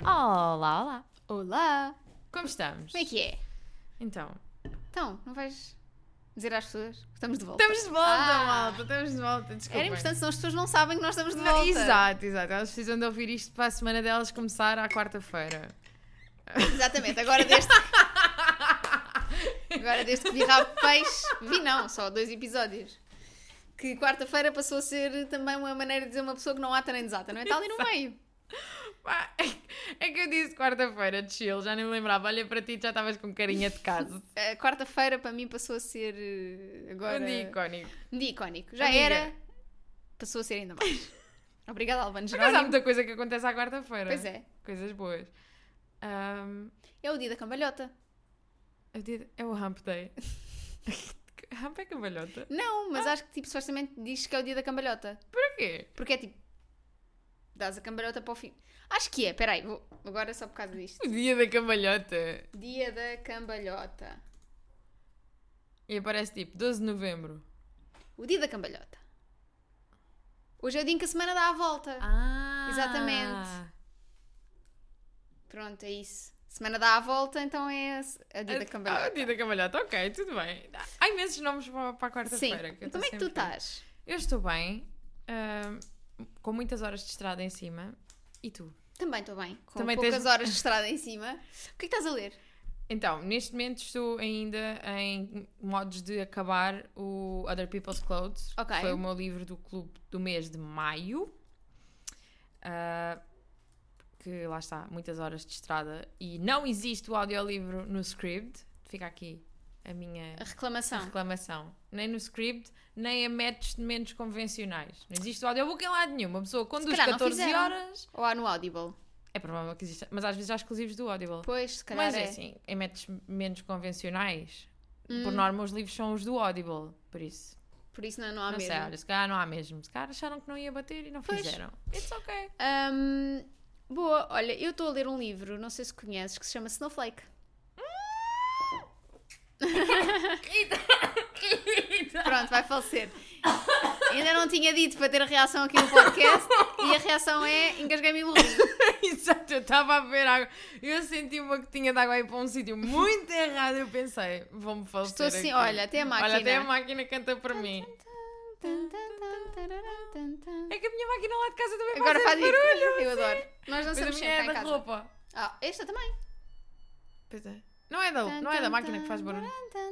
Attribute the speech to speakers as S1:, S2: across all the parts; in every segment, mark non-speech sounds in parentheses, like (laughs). S1: Olá, olá, olá.
S2: Olá!
S1: Como estamos?
S2: Como é que é?
S1: Então,
S2: Então, não vais dizer às pessoas que estamos de volta?
S1: estamos de volta,
S2: Ah.
S1: malta, estamos de volta, desculpa.
S2: Era importante, senão as pessoas não sabem que nós estamos de volta.
S1: Não, exato, exato. Elas precisam de ouvir isto para a semana delas começar à quarta-feira. (laughs)
S2: Exatamente, agora deste. (laughs) agora deste que vi rabo de peixe. Vi não, só dois episódios. Que quarta-feira passou a ser também uma maneira de dizer uma pessoa que não ata nem desata, não é? Está ali no meio.
S1: Pá, É que eu disse quarta-feira, chill, já nem me lembrava. Olha para ti, já estavas com carinha de
S2: (laughs)
S1: caso.
S2: A quarta-feira para mim passou a ser eh, agora.
S1: Um dia icónico.
S2: Um dia icónico. Já
S1: Amiga.
S2: era, passou a ser ainda
S1: (laughs)
S2: mais. Obrigada, Albano
S1: Por acaso há
S2: Jerónimo.
S1: muita coisa que acontece à quarta-feira.
S2: Pois é.
S1: Coisas boas. Ahm,
S2: É o dia da cambalhota.
S1: eu digo- é o hump day. (laughs) hump é cambalhota?
S2: Não,
S1: Ah.
S2: mas acho que tipo, supostamente diz que é o dia da cambalhota.
S1: Porquê?
S2: Porque é tipo. Dás a cambalhota para o fim. Acho que é, peraí, vou... agora só por causa disto.
S1: O dia da cambalhota.
S2: Dia da cambalhota.
S1: E aparece tipo 12 de novembro.
S2: O dia da cambalhota. Hoje é o dia em que a semana dá a volta.
S1: Ah!
S2: Exatamente. Pronto, é isso. Semana dá a volta, então é a se- a dia da cambalhota.
S1: Ah, o dia da cambalhota, ok, tudo bem. Há imensos nomes para, para a
S2: Sim.
S1: quarta-feira. eu
S2: Como
S1: tô
S2: é que tu
S1: sempre-
S2: estás?
S1: Eu estou bem, ahm, com muitas horas de estrada em cima. E tu?
S2: Também estou bem. Com
S1: Também
S2: poucas
S1: tens-
S2: horas de estrada em cima. O que é que estás a ler?
S1: Então, neste momento estou ainda em modos de acabar o Other People's Clothes,
S2: Ok.
S1: que foi o meu livro do clube do mês de maio. Ah, que lá está, muitas horas de estrada e não existe o audiolivro no script. Fica aqui a minha
S2: A reclamação.
S1: reclamação. Nem no script, nem a métodos de menos convencionais. Não existe o audiobook em lado nenhum. Uma pessoa conduz
S2: calhar não
S1: 14
S2: fizeram.
S1: horas.
S2: Ou há no Audible?
S1: É provável que exista, mas às vezes há exclusivos do Audible.
S2: Pois, se calhar
S1: Mas é
S2: é.
S1: assim, em métodos menos convencionais,
S2: Hum.
S1: por norma os livros são os do Audible, por isso.
S2: Por isso não, não há
S1: não
S2: mesmo.
S1: sei, é, olha, se calhar não há mesmo. Se calhar acharam que não ia bater e não
S2: Pois.
S1: fizeram. It's
S2: (laughs)
S1: ok.
S2: Hum, boa, olha, eu estou a ler um livro, não sei se conheces, que se chama Snowflake. Pronto, vai falecer. Ainda não tinha dito para ter a reação aqui no podcast e a reação é engasguei-me e morri.
S1: (laughs) Exato, eu estava a ver água. Eu senti uma gotinha de água aí para um sítio muito errado. Eu pensei, vão-me falecer.
S2: Estou assim,
S1: aqui.
S2: olha, até a máquina.
S1: Olha, até a máquina canta para mim. É que a minha máquina lá de casa também
S2: Agora
S1: faz
S2: faz isso.
S1: esse barulho.
S2: Eu adoro.
S1: Mas
S2: Nós
S1: a
S2: dançamos
S1: minha
S2: sempre cá
S1: é
S2: em
S1: da
S2: casa.
S1: roupa.
S2: Ah, esta também.
S1: Pois é. Não é da, não é da máquina que faz barulho.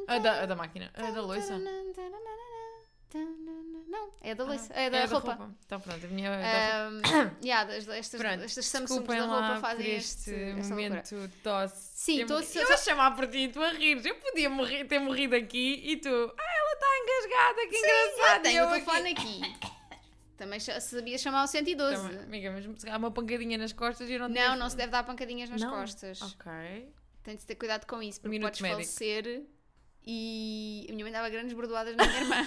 S1: A da, a da máquina.
S2: é
S1: A da Ah, loiça.
S2: Não, é da loiça.
S1: Ah,
S2: é da roupa.
S1: Então pronto, a minha é da roupa.
S2: Ahm, (coughs) yeah, das- estas,
S1: Pronto,
S2: estas Samsungs
S1: Desculpem
S2: da roupa
S1: lá por
S2: fazem
S1: este,
S2: este, esta loucura.
S1: momento de tosse.
S2: Sim,
S1: eu,
S2: tosse-
S1: Eu a chamar por ti e tu a rires. Eu podia morrer, ter morrido aqui e tu... Ah, ela está engasgada, que
S2: Ah,
S1: engraçado. e
S2: tenho
S1: eu
S2: o
S1: aqui.
S2: telefone aqui. Também cha- sabia chamar o 112.
S1: Também, amiga, mas se há uma pancadinha nas costas e eu não
S2: Não, não se deve dar pancadinhas nas
S1: Não?
S2: costas.
S1: Ok.
S2: Tem de se ter cuidado com isso, porque
S1: Minuto
S2: podes
S1: médico.
S2: falecer. E a minha mãe dava grandes bordoadas na minha
S1: (laughs)
S2: irmã.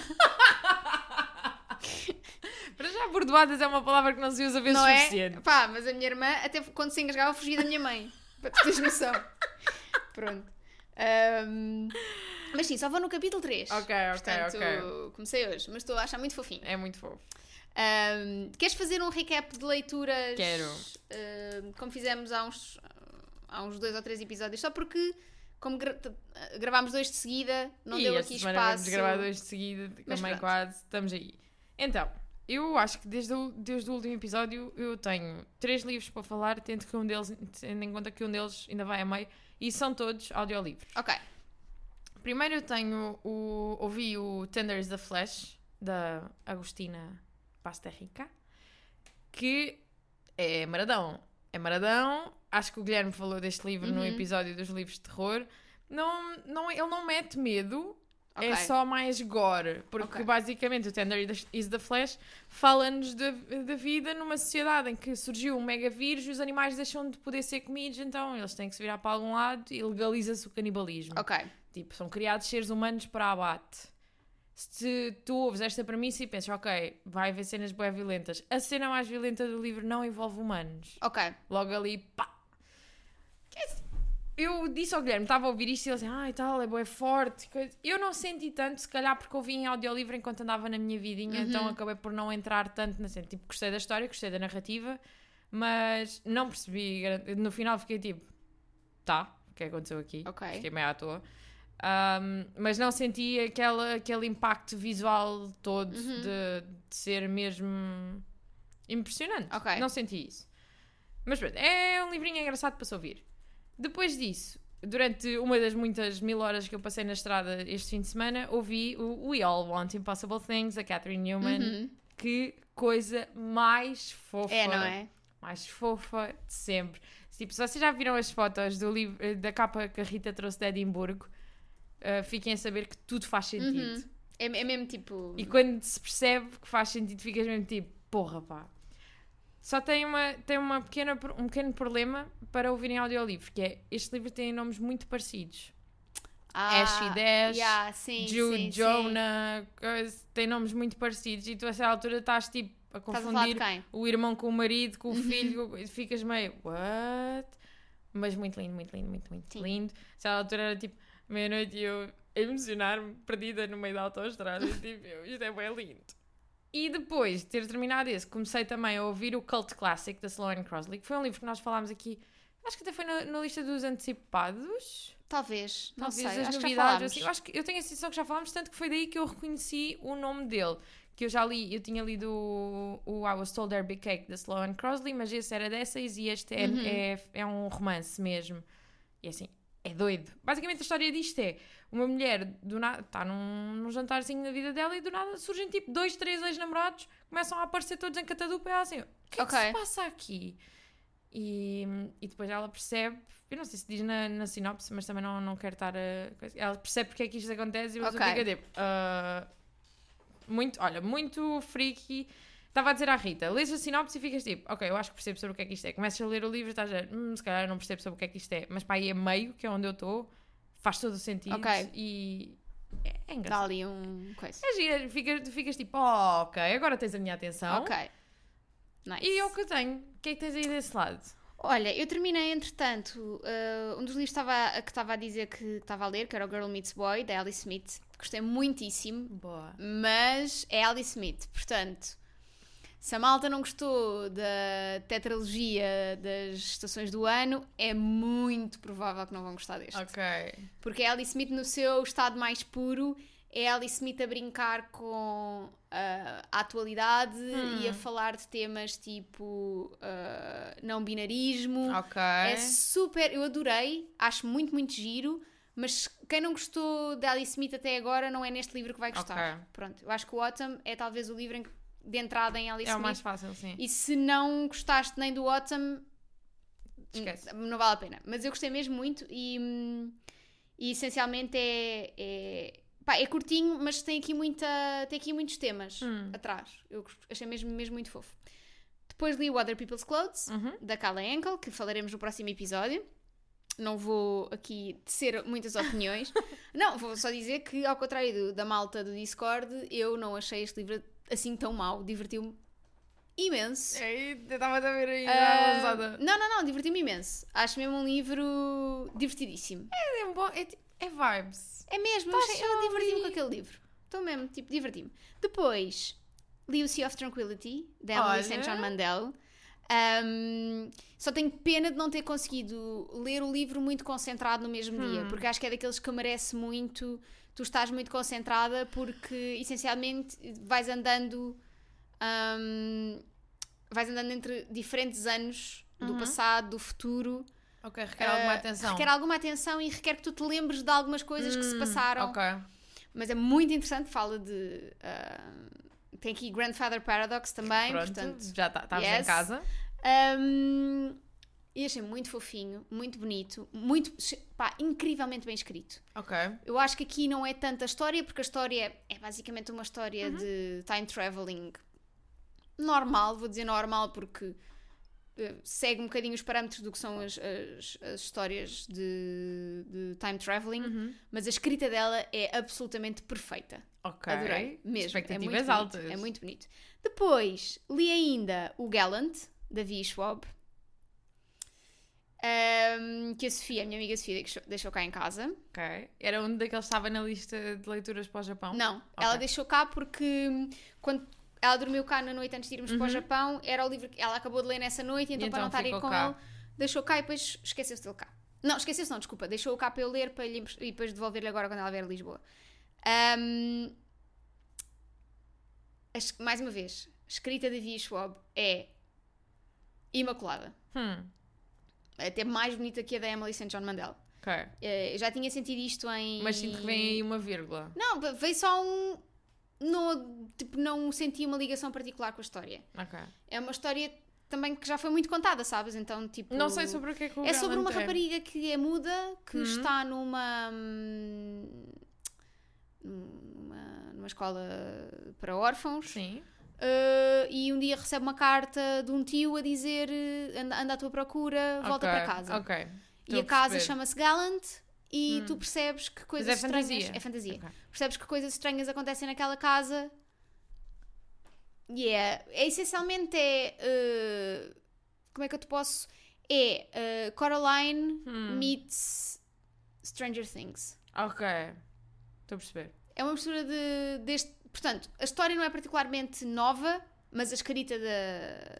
S1: Para já, bordoadas é uma palavra que não se usa vezes
S2: não é?
S1: suficiente.
S2: Pá, mas a minha irmã, até quando se engasgava, fugia da minha mãe. Para tu teres
S1: (laughs)
S2: noção. Pronto. Ahm, mas sim, só vou no capítulo 3.
S1: Ok, ok,
S2: Portanto,
S1: ok.
S2: comecei hoje, mas estou a achar muito fofinho.
S1: É muito fofo.
S2: Ahm, queres fazer um recap de leituras?
S1: Quero.
S2: ahm, como fizemos há uns, há uns dois ou três episódios, só porque, como gra- t- ah, gravámos dois de seguida, não
S1: e
S2: deu
S1: esta
S2: aqui
S1: semana
S2: espaço.
S1: Vamos gravar dois de seguida,
S2: Mas
S1: também
S2: pronto.
S1: quase. Estamos aí. Então, eu acho que desde o, desde o último episódio eu tenho três livros para falar, tendo, que um deles, tendo em conta que um deles ainda vai a meio, e são todos audiolivros.
S2: Ok,
S1: Primeiro eu tenho o. ouvi o Tenders the Flash, da Agostina Pasta Rica, que é Maradão. É Maradão. Acho que o Guilherme falou deste livro no
S2: Uhum.
S1: episódio dos livros de terror. Não, não, ele não mete medo,
S2: ok.
S1: é só mais gore, porque
S2: Ok.
S1: basicamente o Tender is the Flash fala-nos da, da vida numa sociedade em que surgiu um mega vírus e os animais deixam de poder ser comidos, então eles têm que se virar para algum lado e legaliza-se o canibalismo.
S2: Ok,
S1: Tipo, são criados seres humanos para abate. Se tu ouves esta premissa e pensas, ok, vai haver cenas bem violentas, a cena mais violenta do livro não envolve humanos.
S2: ok.
S1: Logo ali, pá! Que é isso? Eu disse ao Guilherme, estava a ouvir isto e ele disse, ai tal, é bué forte. coisa. Eu não senti tanto, se calhar porque ouvi em audiolivro enquanto andava na minha vidinha, então acabei por não entrar tanto na cena. Tipo, gostei da história, gostei da narrativa, Mas não percebi. gar- No final fiquei tipo, tá, o que aconteceu aqui?
S2: Ok.
S1: Fiquei meio à toa. Ahm, mas não senti aquela, aquele impacto visual todo
S2: Uhum.
S1: de, de ser mesmo impressionante.
S2: Ok.
S1: Não senti isso. Mas pronto, é um livrinho engraçado para se ouvir. Depois disso, durante uma das muitas mil horas que eu passei na estrada este fim de semana, ouvi o We All Want Impossible Things, da Catherine Newman.
S2: Uhum.
S1: Que coisa mais fofa
S2: É, não é?
S1: mais fofa de sempre. Tipo, se vocês já viram as fotos do livro, eh, da capa que a Rita trouxe de Edimburgo, eh, fiquem a saber que tudo faz sentido.
S2: Uhum. É, é mesmo tipo.
S1: E quando se percebe que faz sentido, ficas mesmo tipo, porra pá. Só tem, uma, tem uma pequena, pro- um pequeno problema para ouvirem audiolivro, que é este livro tem nomes muito parecidos.
S2: Ah,
S1: Ashy Dash,
S2: yeah, sim,
S1: Jude,
S2: sim, sim.
S1: Jonah, coisa, tem nomes muito parecidos e tu a certa altura estás tipo a
S2: Estás a falar de
S1: confundir
S2: quem?
S1: o irmão com o marido, com o filho, com- e ficas meio, what? Mas muito lindo, muito lindo, muito, muito
S2: Sim.
S1: lindo. Se à altura era tipo meia-noite e eu a emocionar-me, perdida no meio da autoestrada, e, tipo, eu, isto é bem lindo. E depois de ter terminado esse, comecei também a ouvir o Cult Classic da Sloane Crosley, que foi um livro que nós falámos aqui, acho que até foi na, na lista dos antecipados.
S2: Talvez. Não
S1: Talvez
S2: sei.
S1: as
S2: Acho que já
S1: novidades.
S2: falámos.
S1: assim, eu acho que eu tenho a sensação que já falámos, tanto que foi daí que eu reconheci o nome dele. Que eu já li, eu tinha lido o, o I Was Told There Be Cake da Sloan Crosley, mas esse era dessas e este é,
S2: Uhum.
S1: é, é um romance mesmo. E assim, é doido. Basicamente a história disto é: uma mulher do nada está num, num jantarzinho na vida dela e do nada surgem tipo dois, três ex-namorados, começam a aparecer todos em catadupa e ela assim, o que é que
S2: Ok.
S1: se passa aqui? E, e depois ela percebe, eu não sei se diz na, na sinopse, mas também não, não quero estar a. coisa- Ela percebe porque é que isto acontece e o
S2: Ok.
S1: okay. fica tipo. "Ah, muito, olha, muito freaky. Estava a dizer à Rita, lês a sinopse e ficas tipo, ok, eu acho que percebo sobre o que é que isto é. Começas a ler o livro e estás a dizer, hum, se calhar eu não percebo sobre o que é que isto é. Mas pá, aí a meio, que é onde eu estou, faz todo o sentido
S2: Ok.
S1: e é, é
S2: Dá
S1: engraçado.
S2: ali um coisa.
S1: É giro, ficas, ficas tipo, oh, ok, agora tens a minha atenção.
S2: Ok. Nice.
S1: E é o que eu tenho. O que é que tens aí desse lado?
S2: Olha, eu terminei entretanto uh, um dos livros estava- que estava a dizer que estava a ler, que era o Girl Meets Boy, da Alice Smith. Gostei muitíssimo,
S1: Boa.
S2: mas é Alice Smith, portanto. Se a malta não gostou da tetralogia das estações do ano, é muito provável que não vão gostar deste.
S1: Ok.
S2: Porque a Alice Smith, no seu estado mais puro, é a Alice Smith a brincar com ah, a atualidade e
S1: Hum.
S2: a falar de temas tipo ah, não-binarismo.
S1: Ok.
S2: É super. Eu adorei, acho muito, muito giro. Mas quem não gostou de Alice Smith até agora não é neste livro que vai gostar.
S1: Ok.
S2: Pronto, eu acho que o Autumn é talvez o livro em que- de entrada em Alice
S1: É o
S2: Smith.
S1: mais fácil, sim.
S2: E se não gostaste nem do Autumn, hum,
S1: Esquece.
S2: não vale a pena. Mas eu gostei mesmo muito e, hum, e essencialmente é. É, pá, é curtinho, mas tem aqui, muita, tem aqui muitos temas
S1: Hum.
S2: atrás. Eu gost- achei mesmo, mesmo muito fofo. Depois li o Other People's Clothes,
S1: Uhum.
S2: da Carla Enkel, que falaremos no próximo episódio. Não vou aqui tecer muitas opiniões. não, vou só dizer que, ao contrário do- da malta do Discord, eu não achei este livro assim tão mau. Divertiu-me imenso.
S1: Aí, É, eu estava a ver aí. é
S2: Ah,
S1: a avançada.
S2: não, não, não, diverti-me imenso. Acho mesmo um livro divertidíssimo.
S1: É, um bom- é tipo- é vibes.
S2: É mesmo, eu
S1: Tá
S2: achei- eu
S1: só
S2: diverti-me
S1: ali.
S2: com aquele livro. Estou mesmo, tipo, diverti-me. Depois, li o Sea of Tranquility, da Emily
S1: Olha.
S2: St. John Mandel. Ahm, só tenho pena de não ter conseguido ler o livro muito concentrado no mesmo
S1: Hum.
S2: dia, porque acho que é daqueles que merece muito. Tu estás muito concentrada porque, essencialmente, vais andando. ahm, vais andando entre diferentes anos do passado, do futuro.
S1: Ok, Uhum. requer alguma
S2: Ah,
S1: atenção. Hum,
S2: Requer alguma atenção e requer que tu te lembres de algumas coisas que se passaram.
S1: Ok.
S2: Mas é muito interessante, fala de. ah, tem aqui Grandfather Paradox também,
S1: Pronto,
S2: portanto.
S1: já tá- estamos
S2: yes.
S1: em casa.
S2: ahm, e achei muito fofinho, muito bonito, muito. pá, incrivelmente bem escrito.
S1: Ok.
S2: Eu acho que aqui não é tanta história, porque a história é basicamente uma história de time traveling normal, vou dizer normal porque eh, segue um bocadinho os parâmetros do que são as, as- as histórias de, de time traveling,
S1: Uhum.
S2: mas a escrita dela é absolutamente perfeita.
S1: Ok.
S2: Adorei, mesmo. é muito
S1: Expectativas
S2: bonito,
S1: altas.
S2: É muito bonito. Depois, li ainda o Gallant, da V. Schwab, ehm, que a Sofia, a minha amiga Sofia, deixou- deixou cá em casa.
S1: Ok. Era um daqueles que estava na lista de leituras para o Japão.
S2: Não, ela
S1: Ok.
S2: deixou cá porque hum, quando Ela dormiu cá na noite antes de irmos para o Japão. Era o livro que ela acabou de ler nessa noite, então,
S1: Uhum. E
S2: para não
S1: então
S2: estar a ir
S1: ficou
S2: com
S1: cá.
S2: ele, deixou cá e depois esqueceu-se dele cá. Não, esqueceu-se, não, desculpa. Deixou-o cá para eu ler para lhe empre- e depois devolver-lhe agora quando ela vier a Lisboa. Ahm, as- mais uma vez, a escrita de Via Schwab é imaculada. É
S1: Hum,
S2: Até mais bonita que a da Emily St. John Mandel.
S1: ok.
S2: Eh, Eu já tinha sentido isto em.
S1: Mas sinto que vem aí uma vírgula.
S2: Não, veio só um. Não, tipo, não senti uma ligação particular com a história.
S1: Ok.
S2: É uma história também que já foi muito contada, sabes? Então, tipo.
S1: Não sei sobre o que é que o
S2: É sobre
S1: Galante
S2: uma
S1: é.
S2: rapariga que é muda, que
S1: Uhum.
S2: está numa. hum, numa, numa escola para órfãos.
S1: Sim.
S2: eh, e um dia recebe uma carta de um tio a dizer: eh, anda, anda à tua procura, volta
S1: Ok,
S2: para casa.
S1: Ok.
S2: E
S1: Estou
S2: a casa
S1: perceber.
S2: chama-se Gallant e
S1: Hum.
S2: tu percebes que coisas
S1: é
S2: estranhas.
S1: fantasia.
S2: É fantasia.
S1: Ok.
S2: Percebes que coisas estranhas acontecem naquela casa. E é- é. Essencialmente é. eh, como é que eu te posso. É eh, Coraline
S1: Hum.
S2: meets Stranger Things.
S1: Ok. Estou a perceber.
S2: É uma mistura de, deste. Portanto, a história não é particularmente nova, mas a escrita da,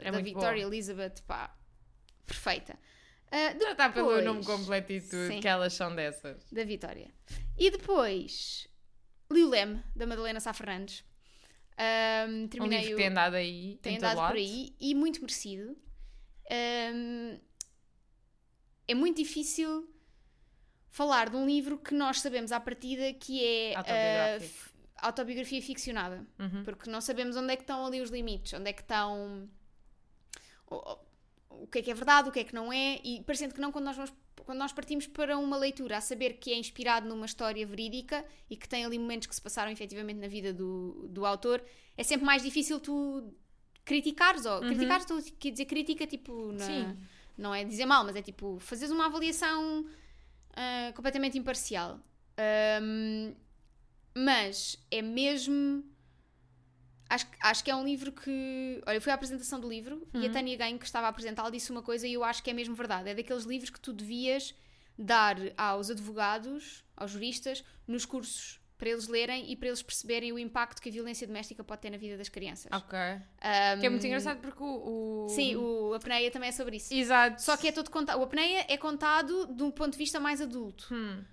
S2: da
S1: É muito
S2: Victoria Elizabeth, pá, perfeita. Ah,
S1: Já está pelo
S2: depois-
S1: nome completo e tudo,
S2: Sim.
S1: que elas são dessas.
S2: da Vitória. E depois li o Leme, da Madalena Sá Fernandes. Ahm,
S1: Um
S2: terminei
S1: livro que
S2: o-
S1: tem andado aí.
S2: tem
S1: em todo
S2: andado por
S1: lado.
S2: aí e muito merecido. Ahm, é muito difícil falar de um livro que nós sabemos à partida que é ah,
S1: Autobiográfico.
S2: f- autobiografia ficcionada,
S1: Uhum.
S2: porque não sabemos onde é que estão ali os limites, onde é que estão o, o- o que é que é verdade, o que é que não é, e parecendo que não, quando nós, vamos- quando nós partimos para uma leitura a saber que é inspirado numa história verídica e que tem ali momentos que se passaram efetivamente na vida do, do autor, é sempre mais difícil tu criticares, ou criticares, tu, quer dizer, crítica tipo, na-
S1: Uhum. Sim.
S2: não é dizer mal, mas é tipo, fazeres uma avaliação ah, completamente imparcial. Ahm, mas é mesmo. Acho, que- acho que é um livro que. Olha, eu fui à apresentação do livro e a Tânia Ganho, que estava a apresentá-lo, disse uma coisa e eu acho que é mesmo verdade. É daqueles livros que tu devias dar aos advogados, aos juristas, nos cursos, para eles lerem e para eles perceberem o impacto que a violência doméstica pode ter na vida das crianças.
S1: Ok. Que é muito engraçado porque o. o-
S2: Sim, o, a apneia também é sobre isso.
S1: Exato.
S2: Só que é todo contado. O apneia é contado de um ponto de vista mais adulto.
S1: Hum.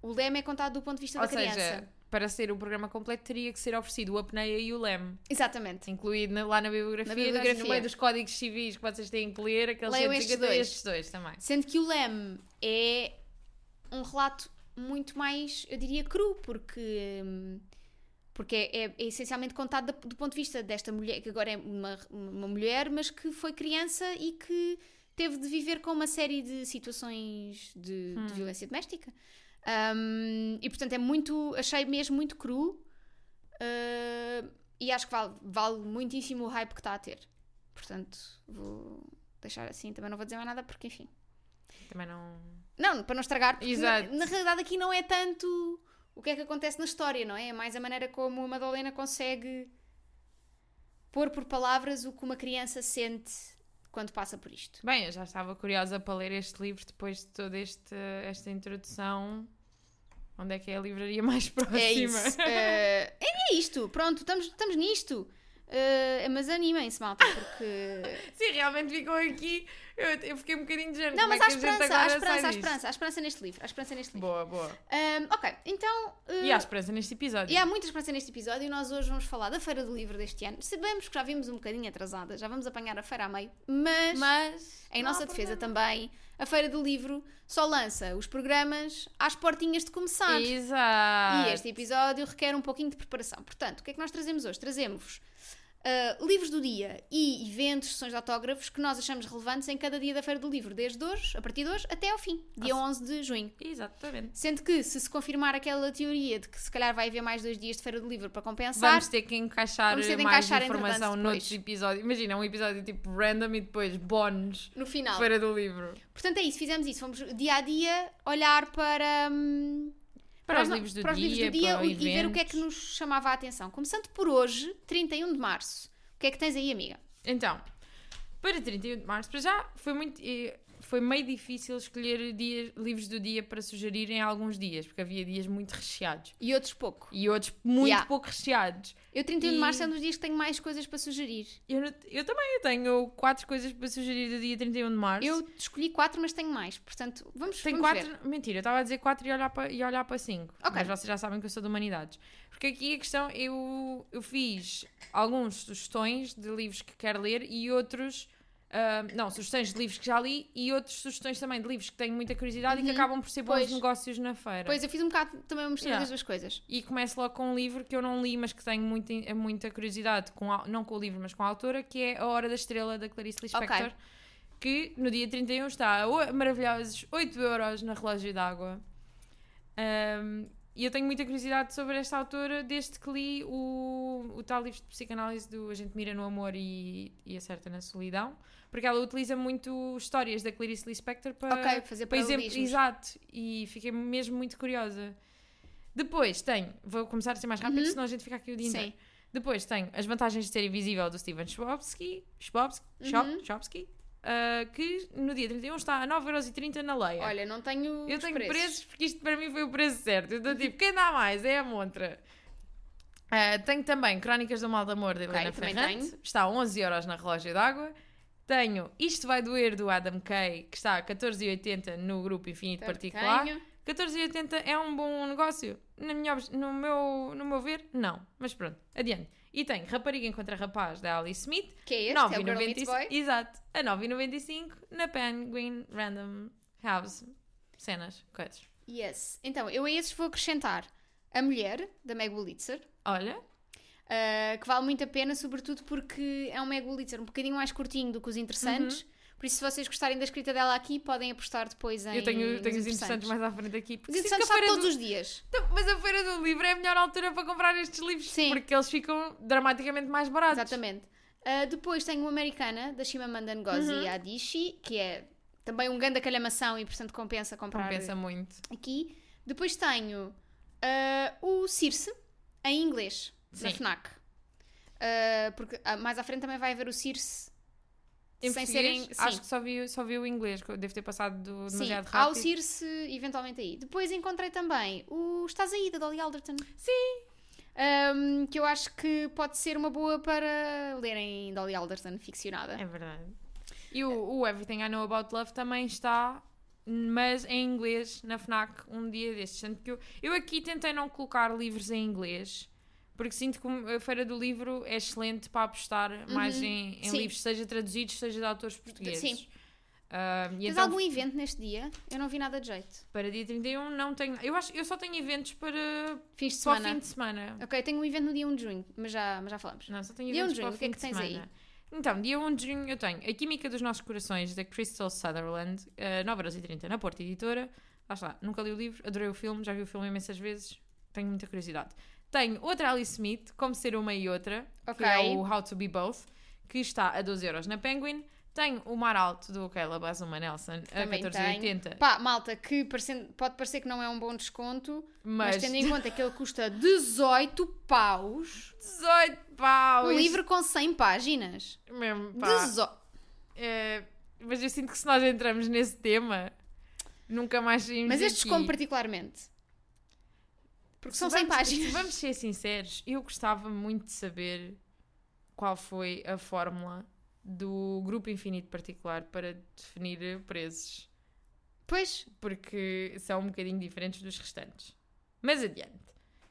S2: O leme é contado do ponto de vista
S1: Ou
S2: da criança.
S1: seja, para ser o programa completo teria que ser oferecido o apneia e o leme.
S2: Exatamente.
S1: Incluído na- lá na bibliografia,
S2: Na
S1: nós,
S2: bibliografia.
S1: no meio dos códigos civis que vocês têm que ler, aqueles
S2: Leiam
S1: 150
S2: estes dois.
S1: estes dois também.
S2: Sendo que o leme é um relato muito mais, eu diria, cru, porque. hum, Porque é, é- é essencialmente contado da- do ponto de vista desta mulher, que agora é uma, uma mulher, mas que foi criança e que teve de viver com uma série de situações de, de violência doméstica. Hum, e portanto é muito. Achei mesmo muito cru. Uh, e acho que vale, vale muitíssimo o hype que está a ter. Portanto, vou deixar assim. Também não vou dizer mais nada porque, enfim.
S1: Também não.
S2: Não, para não estragar, porque na,
S1: Exato.
S2: na realidade aqui não é tanto o que é que acontece na história, não é? É mais a maneira como a Madalena consegue pôr por palavras o que uma criança sente quando passa por isto.
S1: Bem, eu já estava curiosa para ler este livro depois de toda este, esta introdução. Onde é que é a livraria (laughs) mais próxima? (laughs)
S2: É isso. Eh, é isto. Pronto, estamos, estamos nisto. Eh, mas animem-se, malta, porque.
S1: (laughs) Sim, realmente ficou aqui. Eu, eu fiquei um bocadinho de género.
S2: Não,
S1: como é
S2: mas há
S1: que a gente
S2: esperança, há
S1: agora sai
S2: esperança, há
S1: disto?
S2: esperança, há esperança neste livro. Há esperança neste livro.
S1: Boa, boa.
S2: Ahm, ok, então. eh,
S1: E há esperança neste episódio.
S2: e há muita esperança neste episódio e nós hoje vamos falar da Feira do Livro deste ano. Sabemos que já vimos um bocadinho atrasada, já vamos apanhar a feira a meio, mas,
S1: Mas.
S2: em
S1: não há
S2: nossa defesa
S1: problema.
S2: também, a Feira do Livro só lança os programas às portinhas de começar.
S1: Exato.
S2: E este episódio requer um pouquinho de preparação. Portanto, o que é que nós trazemos hoje? Trazemos ah, livros do dia e eventos, sessões de autógrafos que nós achamos relevantes em cada dia da Feira do Livro, desde hoje, a partir de hoje, até ao fim, dia 11 de é junho.
S1: Exatamente.
S2: Sendo que, se se confirmar aquela teoria de que se calhar vai haver mais dois dias de Feira do Livro para compensar,
S1: Vamos ter que encaixar
S2: Vamos ter de
S1: mais
S2: encaixar,
S1: informação
S2: entretanto,
S1: noutros
S2: depois.
S1: episódios. Imagina, um episódio tipo random e depois bónus.
S2: no final.
S1: Feira do livro.
S2: Portanto, é isso, fizemos isso. Fomos dia a dia olhar para. hum,
S1: Para, os
S2: no-
S1: livros do
S2: para os
S1: dia,
S2: livros do dia
S1: para
S2: e e ver o que é
S1: eventos.
S2: que nos chamava a atenção. Começando por hoje, 31 de março. O que é que tens aí, amiga?
S1: um Então, para 31 de março, para já, foi muito. eh, foi meio difícil escolher dias, livros do dia para sugerir em alguns dias, porque havia dias muito recheados
S2: E outros pouco.
S1: e outros muito
S2: Yeah.
S1: pouco recheados.
S2: Eu, 31
S1: E-
S2: de março, é um dos dias que tenho mais coisas para sugerir.
S1: Eu, não- eu também tenho quatro coisas para sugerir do dia 31 de março.
S2: Eu escolhi quatro, mas tenho mais. Portanto, vamos,
S1: Tem
S2: vamos
S1: quatro.
S2: ver.
S1: Mentira, eu estava a dizer quatro e olhar para, e olhar para cinco.
S2: Ok.
S1: Mas vocês já sabem que eu sou de humanidades. Porque aqui a questão, eu, eu fiz alguns sugestões de livros que quero ler e outros. ah, não, sugestões de livros que já li e outras sugestões também de livros que tenho muita curiosidade e que
S2: Uhum.
S1: acabam por ser bons
S2: Pois.
S1: negócios na feira.
S2: Pois, eu fiz um bocado também uma mistura
S1: Yeah.
S2: das duas coisas.
S1: E começo logo com um livro que eu não li, mas que tenho muita, muita curiosidade, com a- não com o livro, mas com a autora, que é A Hora da Estrela, da Clarice Lispector.
S2: Ok.
S1: Que no dia 31 está a o- maravilhosos 8 euros na relógio d'água. Ahm, e eu tenho muita curiosidade sobre esta autora desde que li o, o tal livro de psicanálise do A Gente Mira no Amor e, e Acerta na Solidão, porque ela utiliza muito histórias da Clarice Lispector para,
S2: ok, fazer
S1: por exemplo,
S2: paralelismos.
S1: exato, e fiquei mesmo muito curiosa. Depois tenho, vou começar a ser mais rápido, senão a gente fica aqui o dia inteiro.
S2: Sim.
S1: Depois tenho As Vantagens de Ser Invisível do Steven Schwabsky, Schwabsky, Schwab- Schwabsky, ah, que no dia 31 está a 9,30€ na leia.
S2: Olha, não tenho
S1: eu
S2: os
S1: tenho preços.
S2: um preços.
S1: porque isto para mim foi o preço certo. Eu estou tipo, quem dá mais? É a montra. Ah, tenho também Crónicas do Mal de Amor de
S2: Ok,
S1: Helena
S2: também
S1: Ferrante, está a 11€ na relógio d'água. Tenho Isto Vai Doer do Adam Kay, que está a 14,80 no grupo Infinito Particular.
S2: Tenho.
S1: 14,80 é um bom negócio? Na minha, obs- no, meu, no meu ver, não. Mas pronto, adiante. E tem Rapariga Encontra Rapaz, da Alice Smith.
S2: Que é este? é o Girl Meets
S1: 9,95.
S2: Boy.
S1: Exato. A 9,95 na Penguin Random House. Cenas, coisas.
S2: Yes. Então, eu a esses vou acrescentar A Mulher, da Meg Wolitzer,
S1: Olha,
S2: uh, que vale muito a pena, sobretudo porque é um Meg Wolitzer um bocadinho mais curtinho do que os interessantes.
S1: Uhum.
S2: Por isso, se vocês gostarem da escrita dela aqui, podem apostar depois em.
S1: eu tenho,
S2: nos
S1: tenho os interessantes mais à frente aqui.
S2: Os
S1: Porque sinto que
S2: interessantes
S1: a
S2: está
S1: feira
S2: todos
S1: do-
S2: os dias.
S1: Então, Mas a feira do livro é a melhor altura para comprar estes livros.
S2: Sim.
S1: Porque eles ficam dramaticamente mais baratos.
S2: Exatamente. Uh, depois tenho uma americana, da Shimamanda Ngozi
S1: Uhum.
S2: Adichie, que é também um grande acalhamação e, portanto, compensa comprar
S1: Compensa muito.
S2: aqui. Depois tenho ah, o Circe, em inglês, da
S1: Sim.
S2: FNAC. Ah, porque ah, mais à frente também vai haver o Circe.
S1: Em
S2: sem ser
S1: português,
S2: em- sim.
S1: acho que só vi, só vi o inglês, que eu devo ter passado do,
S2: Sim,
S1: demasiado
S2: há o
S1: rápido.
S2: Circe eventualmente aí. Depois encontrei também o Estás aí, da Dolly Alderton. Sim! que eu acho que pode ser uma boa para lerem Dolly Alderton ficcionada.
S1: É verdade. E o, o Everything I Know About Love também está, mas em inglês, na FNAC, um dia destes. Tanto que eu, eu aqui tentei não colocar livros em inglês, porque sinto que a Feira do Livro é excelente para apostar mais em, em
S2: Uhum. Sim.
S1: livros, seja traduzidos, seja de autores portugueses.
S2: Sim.
S1: Ah, e
S2: Tens
S1: então,
S2: algum evento neste dia? Eu não vi nada de jeito.
S1: para dia 31 não tenho... Eu, acho, eu só tenho eventos para,
S2: Fins de
S1: para o
S2: semana.
S1: fim de semana.
S2: Ok, tenho um evento no dia 1 de junho, mas já, mas já falamos.
S1: Não, só tenho
S2: Dia um
S1: eventos
S2: de
S1: para o
S2: junho, o que é
S1: fim
S2: que
S1: de
S2: tens aí?
S1: semana. Então, dia 1 de junho eu tenho A Química dos Nossos Corações, da Crystal Sutherland, eh, 9,30€ na Porta Editora. Lá está, nunca li o livro, adorei o filme, já vi o filme imensas vezes, tenho muita curiosidade. Tenho outra Alice Smith, Como Ser Uma e Outra,
S2: Ok.
S1: que é o How to Be Both, que está a 12€ na Penguin. Tenho o Mar Alto, do Kayla Bazuma Nelson, a
S2: Também
S1: 14,80€,
S2: tenho. Pá, malta, que parecendo- pode parecer que não é um bom desconto,
S1: mas,
S2: mas, tendo em conta que ele custa 18
S1: (laughs)
S2: paus,
S1: 18 pau!
S2: um livro com 100 páginas.
S1: mesmo, pá.
S2: 18.
S1: É, mas eu sinto que se nós entramos nesse tema, nunca mais saímos
S2: Mas este
S1: daqui.
S2: desconto particularmente. Porque são 100
S1: Vamos-
S2: páginas. (laughs)
S1: Vamos ser sinceros, eu gostava muito de saber qual foi a fórmula do grupo infinito particular para definir preços,
S2: Pois,
S1: porque são um bocadinho diferentes dos restantes. Mas adiante.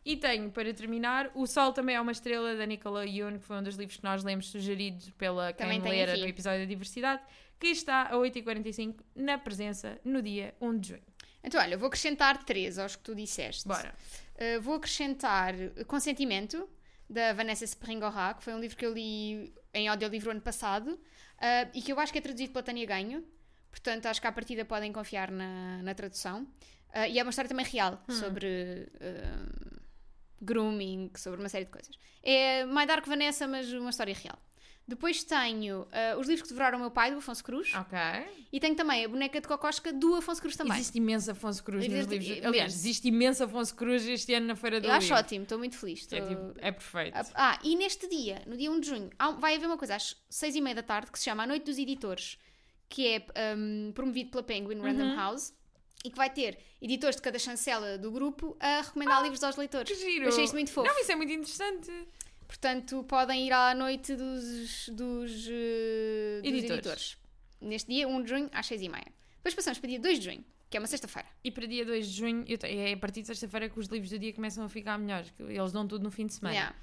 S1: E tenho, para terminar, O Sol Também é uma Estrela, da Nicola Yoon, que foi um dos livros que nós lemos sugerido pela quem
S2: Também tenho
S1: lera
S2: aqui.
S1: do episódio da diversidade, que está a 8h45 na presença no dia 1 de junho.
S2: então olha, eu vou acrescentar 3 aos que tu disseste.
S1: Bora.
S2: Uh, vou acrescentar Consentimento, da Vanessa Springorra, que foi um livro que eu li em audiolivro ano passado uh, e que eu acho que é traduzido pela Tânia Ganho. Portanto, acho que à partida podem confiar na, na tradução. Uh, e é uma história também real
S1: Hum.
S2: sobre uh, grooming, sobre uma série de coisas. É My Dark Vanessa, mas uma história real. Depois tenho uh, Os Livros que Devoraram o Meu Pai, do Afonso Cruz.
S1: Ah. Ok.
S2: E tenho também A Boneca de Cocosca, do Afonso Cruz também.
S1: Existe imenso Afonso Cruz nos
S2: Existe-
S1: livros.
S2: imenso.
S1: Aliás, existe imenso Afonso Cruz este ano na Feira do
S2: Eu acho
S1: Livro.
S2: ótimo, estou muito feliz.
S1: É,
S2: estou-
S1: tipo, é perfeito.
S2: Ah, e um neste dia, no dia 1 de junho, há- vai haver uma coisa às 6 e meia da tarde que se chama A Noite dos Editores, que é hum, promovido pela Penguin Random
S1: Uhum.
S2: House e que vai ter editores de cada chancela do grupo a recomendar livros aos leitores.
S1: Ah, Que giro.
S2: Achei isto muito fofo.
S1: Não, isso é muito interessante.
S2: Portanto, podem ir à noite dos, dos, eh, dos
S1: Editores.
S2: editores. Neste dia, 1 de junho, às 6h30. Depois passamos para dia 2 de junho, que é uma sexta-feira.
S1: E para dia 2 de junho, eu te- é a partir de sexta-feira que os livros do dia começam a ficar melhores, que eles dão tudo no fim de semana.
S2: Yeah.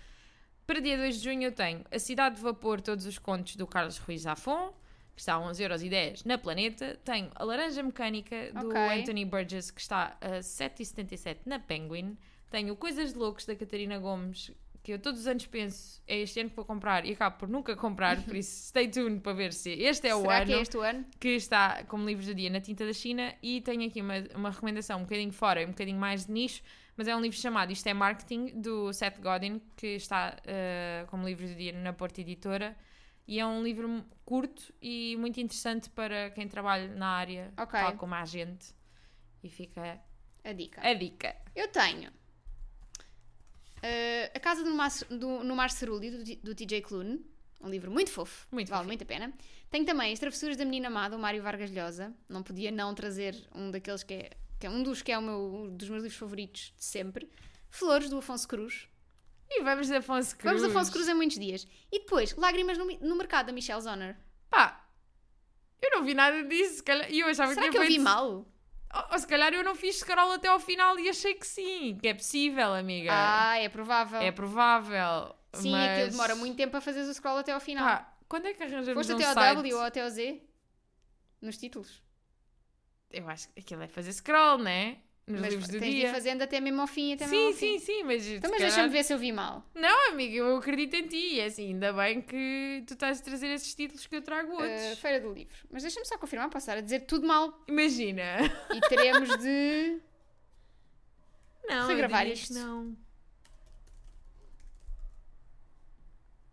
S1: Para dia 2 de junho eu tenho A Cidade de Vapor, todos os contos do Carlos Ruiz Zafon, que está a 11,10€ na Planeta. Tenho A Laranja Mecânica, do
S2: Ok.
S1: Anthony Burgess, que está a 7,77€ na Penguin. Tenho Coisas de Loucos, da Catarina Gomes, que eu todos os anos penso, é este ano que vou comprar, e acabo por nunca comprar, por isso stay tuned para ver se este é o
S2: Será
S1: ano
S2: que é este o ano?
S1: que está como livros do dia na tinta da China e tenho aqui uma, uma recomendação um bocadinho fora e um bocadinho mais de nicho, mas é um livro chamado Isto é Marketing, do Seth Godin, que está eh, como livro do dia na Porta Editora. E é um livro curto e muito interessante para quem trabalha na área,
S2: Ok.
S1: tal como a gente. E fica
S2: A dica.
S1: a dica.
S2: Eu tenho eh, A Casa do Mar, do, no Mar Cerulli, do, T- do TJ Klune, um livro muito fofo,
S1: Muito
S2: vale
S1: fofinho.
S2: muito a pena. Tenho também As Travessuras da Menina Má, do Mário Vargas Llosa, não podia não trazer um daqueles que é, que é um dos que é o meu, um dos meus livros favoritos de sempre. Flores, do Afonso Cruz.
S1: E vamos de Afonso Cruz.
S2: Vamos a Afonso Cruz em muitos dias. E depois, Lágrimas no, Mi- no Mercado, da Michelle Zoner.
S1: Pá, eu não vi nada disso. se calhar- E eu achava
S2: Será
S1: tinha
S2: que eu vi
S1: feito-
S2: mal?
S1: Ou, ou Oh, se calhar eu não fiz scroll até ao final e achei que sim, que é possível, amiga.
S2: Ah, é provável.
S1: É provável.
S2: Sim,
S1: mas...
S2: aquilo demora muito tempo a fazeres o scroll até ao final.
S1: Pá, quando é que arranjamos
S2: Foste
S1: um
S2: até ao
S1: site?
S2: W ou até ao Z? Nos títulos.
S1: Eu acho que aquilo é fazer scroll, né? Nos
S2: Mas
S1: livros do
S2: tens de ir
S1: dia.
S2: fazendo até mesmo ao fim, até mesmo
S1: Sim,
S2: ao fim.
S1: sim, sim, mas. se
S2: Então, mas
S1: calhar-
S2: deixa-me ver se eu vi mal.
S1: Não, amiga, eu acredito em ti. E assim, ainda bem que tu estás a trazer esses títulos que eu trago
S2: Uh,
S1: outros.
S2: Feira do Livro. Mas deixa-me só confirmar, posso estar a dizer tudo mal. (laughs)
S1: Imagina.
S2: E teremos de...
S1: Não,
S2: Regravar
S1: eu diria que
S2: isto.
S1: Não.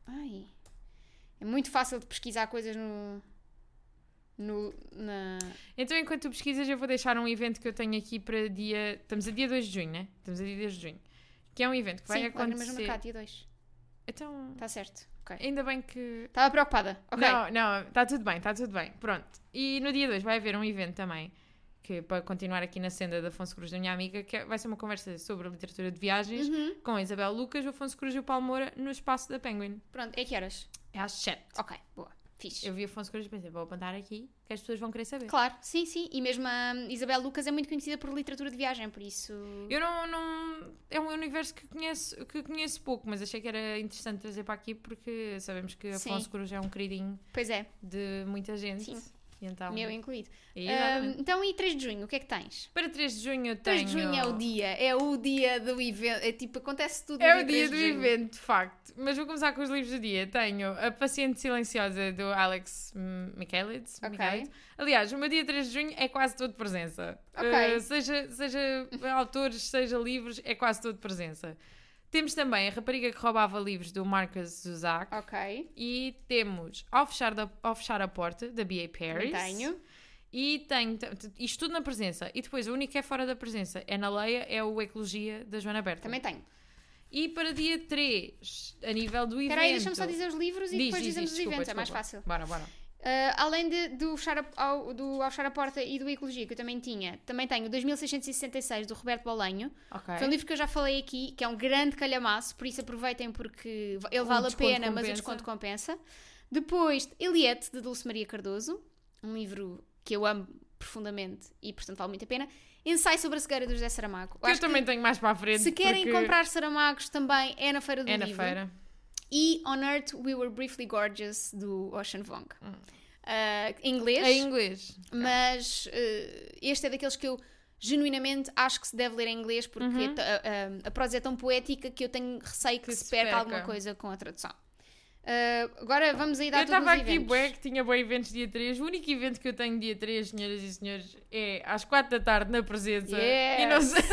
S2: Ai. É muito fácil de pesquisar coisas no... no na...
S1: Então, enquanto tu pesquisas, eu vou deixar um evento que eu tenho aqui para dia. Estamos a dia 2 de junho, né? Estamos a dia 2 de junho. Que é um evento que vai
S2: Sim, Lágrimas no
S1: acontecer.
S2: Mercado, dia 2.
S1: Então,
S2: Está certo. Ok.
S1: ainda bem que
S2: Estava preocupada. Ok.
S1: Não, não, está tudo bem, está tudo bem. Pronto. E no dia 2 vai haver um evento também, que para continuar aqui na senda da Afonso Cruz, da minha amiga, que é- vai ser uma conversa sobre literatura de viagens
S2: Uhum.
S1: com a Isabel Lucas, o Afonso Cruz e o Paulo Moura no espaço da Penguin.
S2: Pronto, é que horas?
S1: É às 7.
S2: Ok, boa. Fixe.
S1: Eu vi o Afonso Cruz e pensei, vou apontar aqui, que as pessoas vão querer saber.
S2: Claro, sim, sim. E mesmo a Isabel Lucas é muito conhecida por literatura de viagem, por isso...
S1: Eu não, não. É um universo que conheço, que conheço pouco, mas achei que era interessante trazer para aqui porque sabemos que
S2: Sim.
S1: Afonso Cruz é um queridinho
S2: Pois é,
S1: de muita gente.
S2: Sim.
S1: E então.
S2: meu incluído.
S1: Exatamente.
S2: Ahm, então, e 3 de junho, o que é que tens?
S1: Para 3 de junho eu tenho.
S2: 3 de junho é o dia, é o dia do evento, é tipo, acontece tudo
S1: É
S2: no
S1: o dia
S2: 3
S1: do
S2: de junho.
S1: evento, de facto. Mas vou começar com os livros do dia. Tenho A Paciente Silenciosa do Alex M- Michaelides.
S2: Ok.
S1: Michaelides. Aliás, o meu dia 3 de junho é quase todo presença.
S2: Ok.
S1: Eh, seja seja (laughs) autores, seja livros, é quase todo presença. Temos também A Rapariga que Roubava Livros do Marcus Zuzak.
S2: Ok,
S1: E temos Ao Fechar, da, Ao Fechar a Porta, da B.A. Paris.
S2: também tenho.
S1: E tenho. t- t- Isto tudo na presença. E depois, o único que é fora da presença é na Leia, é o Ecologia da Joana Berta.
S2: Também tenho.
S1: E para dia 3, a nível do evento.
S2: Espera aí, deixa-me só dizer os livros e
S1: Diz,
S2: depois
S1: diz,
S2: dizemos
S1: diz,
S2: os
S1: desculpa,
S2: eventos, é mais
S1: desculpa.
S2: fácil.
S1: Bora, bora.
S2: Ah, além de, do, fechar a, ao, do Ao Fechar a Porta e do Ecologia, que eu também tinha, também tenho o 2666 do Roberto Bolanho.
S1: Ok.
S2: Foi um livro que eu já falei aqui, que é um grande calhamaço, por isso aproveitem porque ele vale a
S1: Um desconto
S2: pena, mas o
S1: compensa.
S2: desconto compensa. Depois, Eliette, de Dulce Maria Cardoso, um livro que eu amo profundamente e, portanto, vale muito a pena. Ensaio sobre a cegueira do José Saramago.
S1: Que eu também tenho mais para a frente.
S2: se querem
S1: porque
S2: comprar Saramagos também é na Feira do
S1: É na
S2: Livro.
S1: feira.
S2: E On Earth We Were Briefly Gorgeous, do Ocean Vong. Ah, em inglês,
S1: Hum. É Em inglês.
S2: mas eh, este é daqueles que eu genuinamente acho que se deve ler em inglês porque é t- a, a- a prosa é tão poética que eu tenho receio que,
S1: Uhum. Que
S2: se,
S1: se
S2: perca
S1: perca.
S2: alguma coisa com a tradução. Ah, agora vamos aí dar
S1: eu
S2: todos
S1: estava
S2: os
S1: aqui,
S2: eventos.
S1: bué, que tinha bué eventos dia 3. O único evento que eu tenho dia 3, senhoras e senhores, é às 4 da tarde na presença.
S2: Yes.
S1: E não sei.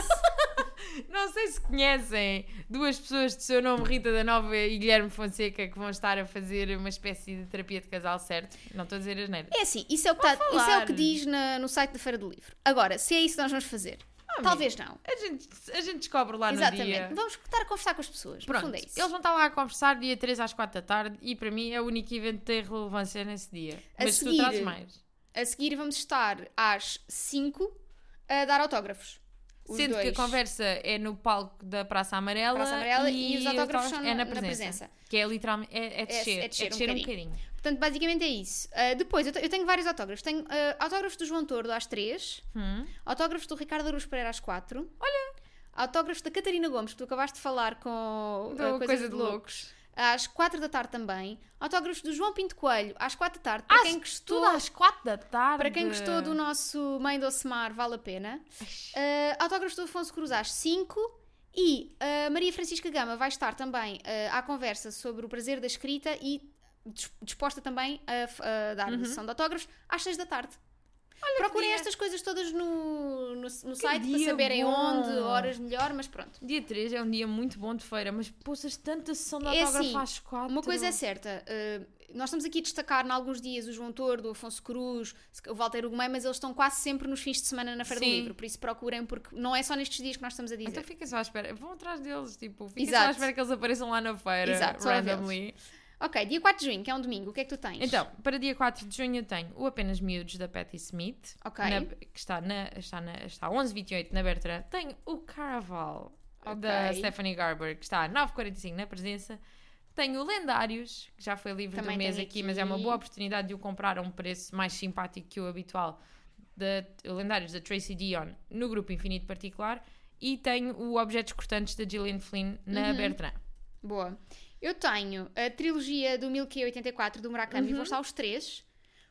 S1: Não sei (laughs) se conhecem duas pessoas de seu nome, Rita da Nova e Guilherme Fonseca, que vão estar a fazer uma espécie de terapia de casal, certo? Não estou a dizer as neiras.
S2: É assim, isso é o que, tá- isso é o
S1: falar.
S2: que diz na- no site da Feira do Livro. Agora, se é isso que nós vamos fazer, talvez não.
S1: A gente, a gente descobre lá Ah, tá no dia.
S2: Exatamente. Vamos estar a conversar com as pessoas.
S1: Pronto,
S2: Pronto, é
S1: eles
S2: isso.
S1: vão estar lá a conversar dia 3 às 4 da tarde e para mim é o único evento que tem relevância nesse dia.
S2: A
S1: Mas tu
S2: seguir-
S1: trazes mais.
S2: A seguir vamos estar às 5 a dar autógrafos. Os
S1: Sendo que a
S2: dois.
S1: conversa é no palco da Praça Amarela,
S2: Praça Amarela e
S1: e,
S2: os autógrafos
S1: autógrafos
S2: são
S1: é
S2: na-
S1: na
S2: na
S1: presença,
S2: presença.
S1: Que é literalmente. É, é descer, é,
S2: descer um
S1: descer um bocadinho.
S2: Portanto, basicamente é isso. Ah, depois, eu, te- eu tenho vários autógrafos. Tenho ah, autógrafos do João Tordo às 3,
S1: Hum.
S2: autógrafos do Ricardo Aruz Pereira às 4. Olha! Autógrafos da Catarina Gomes, que tu acabaste de falar com a
S1: Então, coisa, de
S2: louco.
S1: loucos.
S2: às 4 da tarde também. Autógrafos do João Pinto Coelho às 4 da tarde. Para, quem, gostou,
S1: Ah, Tudo às quatro da tarde.
S2: para quem gostou do nosso Mãe do Ocemar, vale a pena. Ah, autógrafos do Afonso Cruz às 5. E a Maria Francisca Gama vai estar também ah, à conversa sobre o prazer da escrita e dis- disposta também a, f- a dar
S1: Uhum.
S2: sessão de autógrafos às 6 da tarde.
S1: que
S2: Procurem
S1: dia.
S2: estas coisas todas no, no, no site para
S1: dia
S2: saberem
S1: bom.
S2: onde, horas melhor, mas pronto.
S1: Dia 3 é um dia muito bom de feira, mas poças tanta sessão de
S2: É
S1: autógrafo
S2: assim,
S1: às quatro.
S2: Uma coisa é certa, eh, nós estamos aqui a destacar em alguns dias o João Tordo, o Afonso Cruz, o Walter Ugumei, mas eles estão quase sempre nos fins de semana na Feira do
S1: Sim.
S2: Livro, por isso procurem, porque não é só nestes dias que nós estamos a dizer.
S1: Então fiquem só à espera. Vão atrás deles, tipo, fiquem só
S2: Exato.
S1: à espera que eles apareçam lá na feira.
S2: Exato, só é a vê-los.
S1: randomly.
S2: Ok, dia 4 de junho, que é um domingo, o que é que tu tens?
S1: Então, para dia 4 de junho eu tenho o Apenas Miúdos da Patti Smith,
S2: Ok.
S1: na- que está, na, está, na, está a 11h28 na Bertrand. Tenho o Caraval da
S2: Ok.
S1: Stephanie Garber, que está a 9h45 na presença. Tenho o Lendários, que já foi livre
S2: Também
S1: do mês
S2: tenho
S1: aqui, mas é uma
S2: aqui.
S1: boa oportunidade de o comprar a um preço mais simpático que o habitual. Da, o Lendários da Tracy Dion no grupo Infinito Particular. E tenho o Objetos Cortantes da Gillian Flynn
S2: Uhum.
S1: na Bertrand.
S2: Boa. Eu tenho a trilogia do 1084 do Murakami, vão estar os três,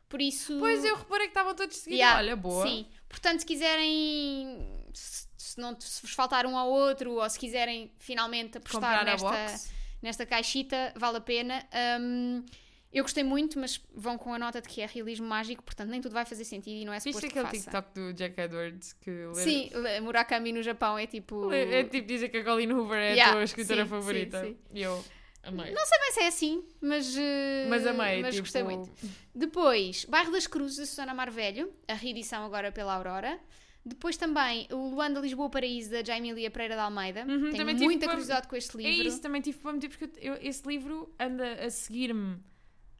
S2: por isso...
S1: Uhum. Pois eu reparei que estavam todos seguindo.
S2: Yeah,
S1: Olha, boa.
S2: Sim, portanto, se quiserem, se, se não, se vos faltar um ao outro, ou se quiserem finalmente apostar
S1: Comprar
S2: nesta...
S1: a box.
S2: nesta caixita, vale a pena. Hum, eu gostei muito, mas vão com a nota de que é realismo mágico, portanto nem tudo vai fazer sentido e não é
S1: Viste
S2: suposto que
S1: aquele
S2: faça.
S1: TikTok do Jack Edwards que lê,
S2: Sim, le- Murakami no Japão é tipo...
S1: lê- é tipo dizer que a Colleen Hoover é
S2: Yeah,
S1: a tua escritora
S2: sim,
S1: favorita.
S2: sim,
S1: E eu amei.
S2: Não sei bem se é assim, mas... eh,
S1: mas amei,
S2: Mas
S1: tipo,
S2: gostei muito. Depois, Bairro das Cruzes, da Susana Marvelho, a reedição agora pela Aurora. Depois também o Luanda Lisboa Paraíso, da Jaimília Pereira de Almeida.
S1: Uhum,
S2: Tenho
S1: também tive
S2: muita
S1: para-
S2: curiosidade com este
S1: É
S2: livro.
S1: isso, também tive para meter porque eu- eu- esse livro anda a seguir-me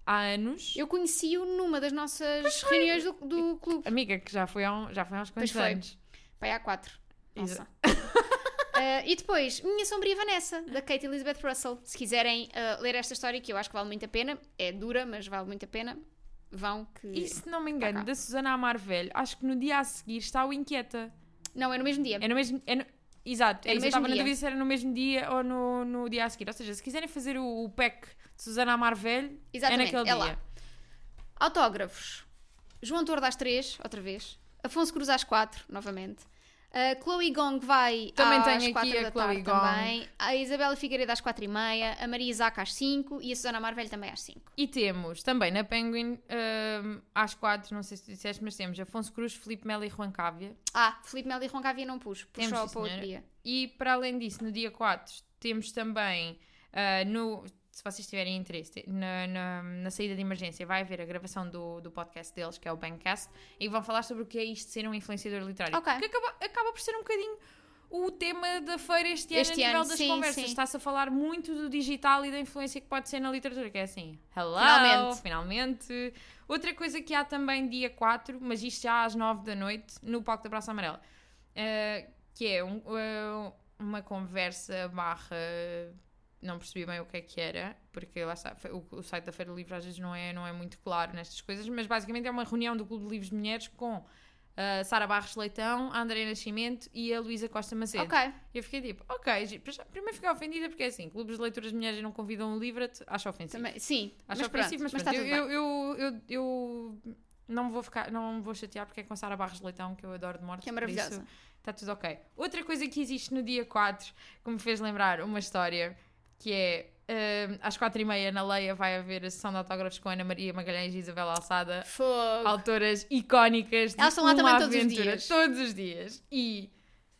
S1: há anos.
S2: Eu conheci-o numa das nossas reuniões do, do clube.
S1: Amiga, que já foi há, um- já foi há uns
S2: Pois
S1: quantos
S2: foi.
S1: anos.
S2: Pai, há quatro. Nossa.
S1: Exa-
S2: (laughs) Ah, e depois, Minha Sombria Vanessa, da Kate Elizabeth Russell. Se quiserem ah, ler esta história, que eu acho que vale muito a pena, é dura, mas vale muito a pena, vão que.
S1: E se não me
S2: Tá
S1: engano,
S2: cá.
S1: da Susana Amar Velho, acho que no dia a seguir está o Inquieta.
S2: Não, é no mesmo dia.
S1: É no mesmo. é no- Exato,
S2: É
S1: é
S2: no
S1: isso,
S2: mesmo
S1: eu estava na
S2: dia.
S1: dúvida se era no mesmo dia ou no, no dia a seguir. Ou seja, se quiserem fazer o, o pack de Susana Amar Velho, é
S2: Exatamente,
S1: naquele
S2: é
S1: dia.
S2: lá. Autógrafos: João Tordo às três, outra vez. Afonso Cruz às quatro, novamente. A Chloe Gong vai
S1: Também
S2: às
S1: tenho aqui
S2: quatro
S1: a
S2: da
S1: Chloe
S2: tarde
S1: Gong.
S2: também. A Isabela Figueiredo às quatro e meia. A Maria Isaac às cinco. E a Susana Marvelho também às cinco.
S1: E temos também na Penguin, hum, às quatro, não sei se tu disseste, mas temos Afonso Cruz, Filipe Melo e Juan Cávia.
S2: Ah, Felipe Melo e Roncavia não pus. Pus
S1: Temos, é?
S2: só
S1: sim,
S2: para outro
S1: senhora.
S2: dia.
S1: E para além disso, no dia 4, temos também, ah, no, se vocês tiverem interesse, te- na, na, na saída de emergência vai haver a gravação do, do podcast deles, que é o Bancast, e vão falar sobre o que é isto de ser um influenciador literário.
S2: Ok.
S1: Que acaba, acaba por ser um bocadinho o tema da feira este ano
S2: Este
S1: a nível
S2: ano,
S1: das
S2: sim,
S1: conversas.
S2: sim.
S1: Está-se a falar muito do digital e da influência que pode ser na literatura, que é assim, hello,
S2: Finalmente.
S1: finalmente. Outra coisa que há também dia 4, mas isto já às 9 da noite, no palco da Praça Amarela, eh, que é um, eh, uma conversa barra... Não percebi bem o que é que era, porque lá está, o, o site da Feira do Livro às vezes não é, não é muito claro nestas coisas, mas basicamente é uma reunião do Clube de Livros de Mulheres com a Sara Barros Leitão, a André Nascimento e a Luísa Costa Macedo.
S2: Ok.
S1: E eu fiquei tipo, ok, gi- para já- primeiro fiquei ofendida porque é assim, clubes de leituras de mulheres não convidam o Livra-te, acho ofensivo.
S2: Também, sim,
S1: acho
S2: mas pronto,
S1: ofensivo, mas,
S2: está
S1: pronto,
S2: tudo bem.
S1: eu, eu, eu, eu- eu não me vou ficar, não me vou chatear porque é com a Sara Barros Leitão que eu adoro de morte.
S2: que é maravilhosa.
S1: Está tudo ok. Outra coisa que existe no dia 4 que me fez lembrar uma história que é hum, às 4 e meia na Leia vai haver a sessão de autógrafos com Ana Maria Magalhães e Isabel Alçada
S2: Fogo.
S1: autoras icónicas de
S2: Elas estão lá
S1: uma
S2: também todos os
S1: aventura,
S2: dias.
S1: todos os dias. E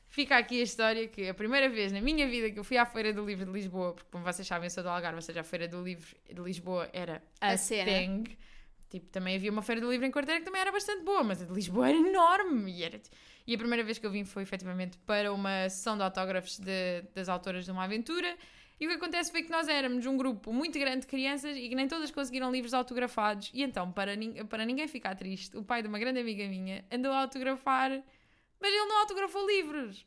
S1: fica aqui a história que a primeira vez na minha vida que eu fui à Feira do Livro de Lisboa, porque como vocês sabem, eu sou do Algarve, ou seja, a Feira do Livro de Lisboa era a,
S2: A cena.
S1: thing. Tipo, também havia uma Feira do Livro em Quarteira que também era bastante boa, mas a de Lisboa era enorme. E, era- e a primeira vez que eu vim foi efetivamente para uma sessão de autógrafos de- das autoras de uma aventura. E E o que acontece foi que nós éramos um grupo muito grande de crianças e que nem todas conseguiram livros autografados. E então, para, nin- para ninguém ficar triste, o pai de uma grande amiga minha andou a autografar, mas ele não autografou livros.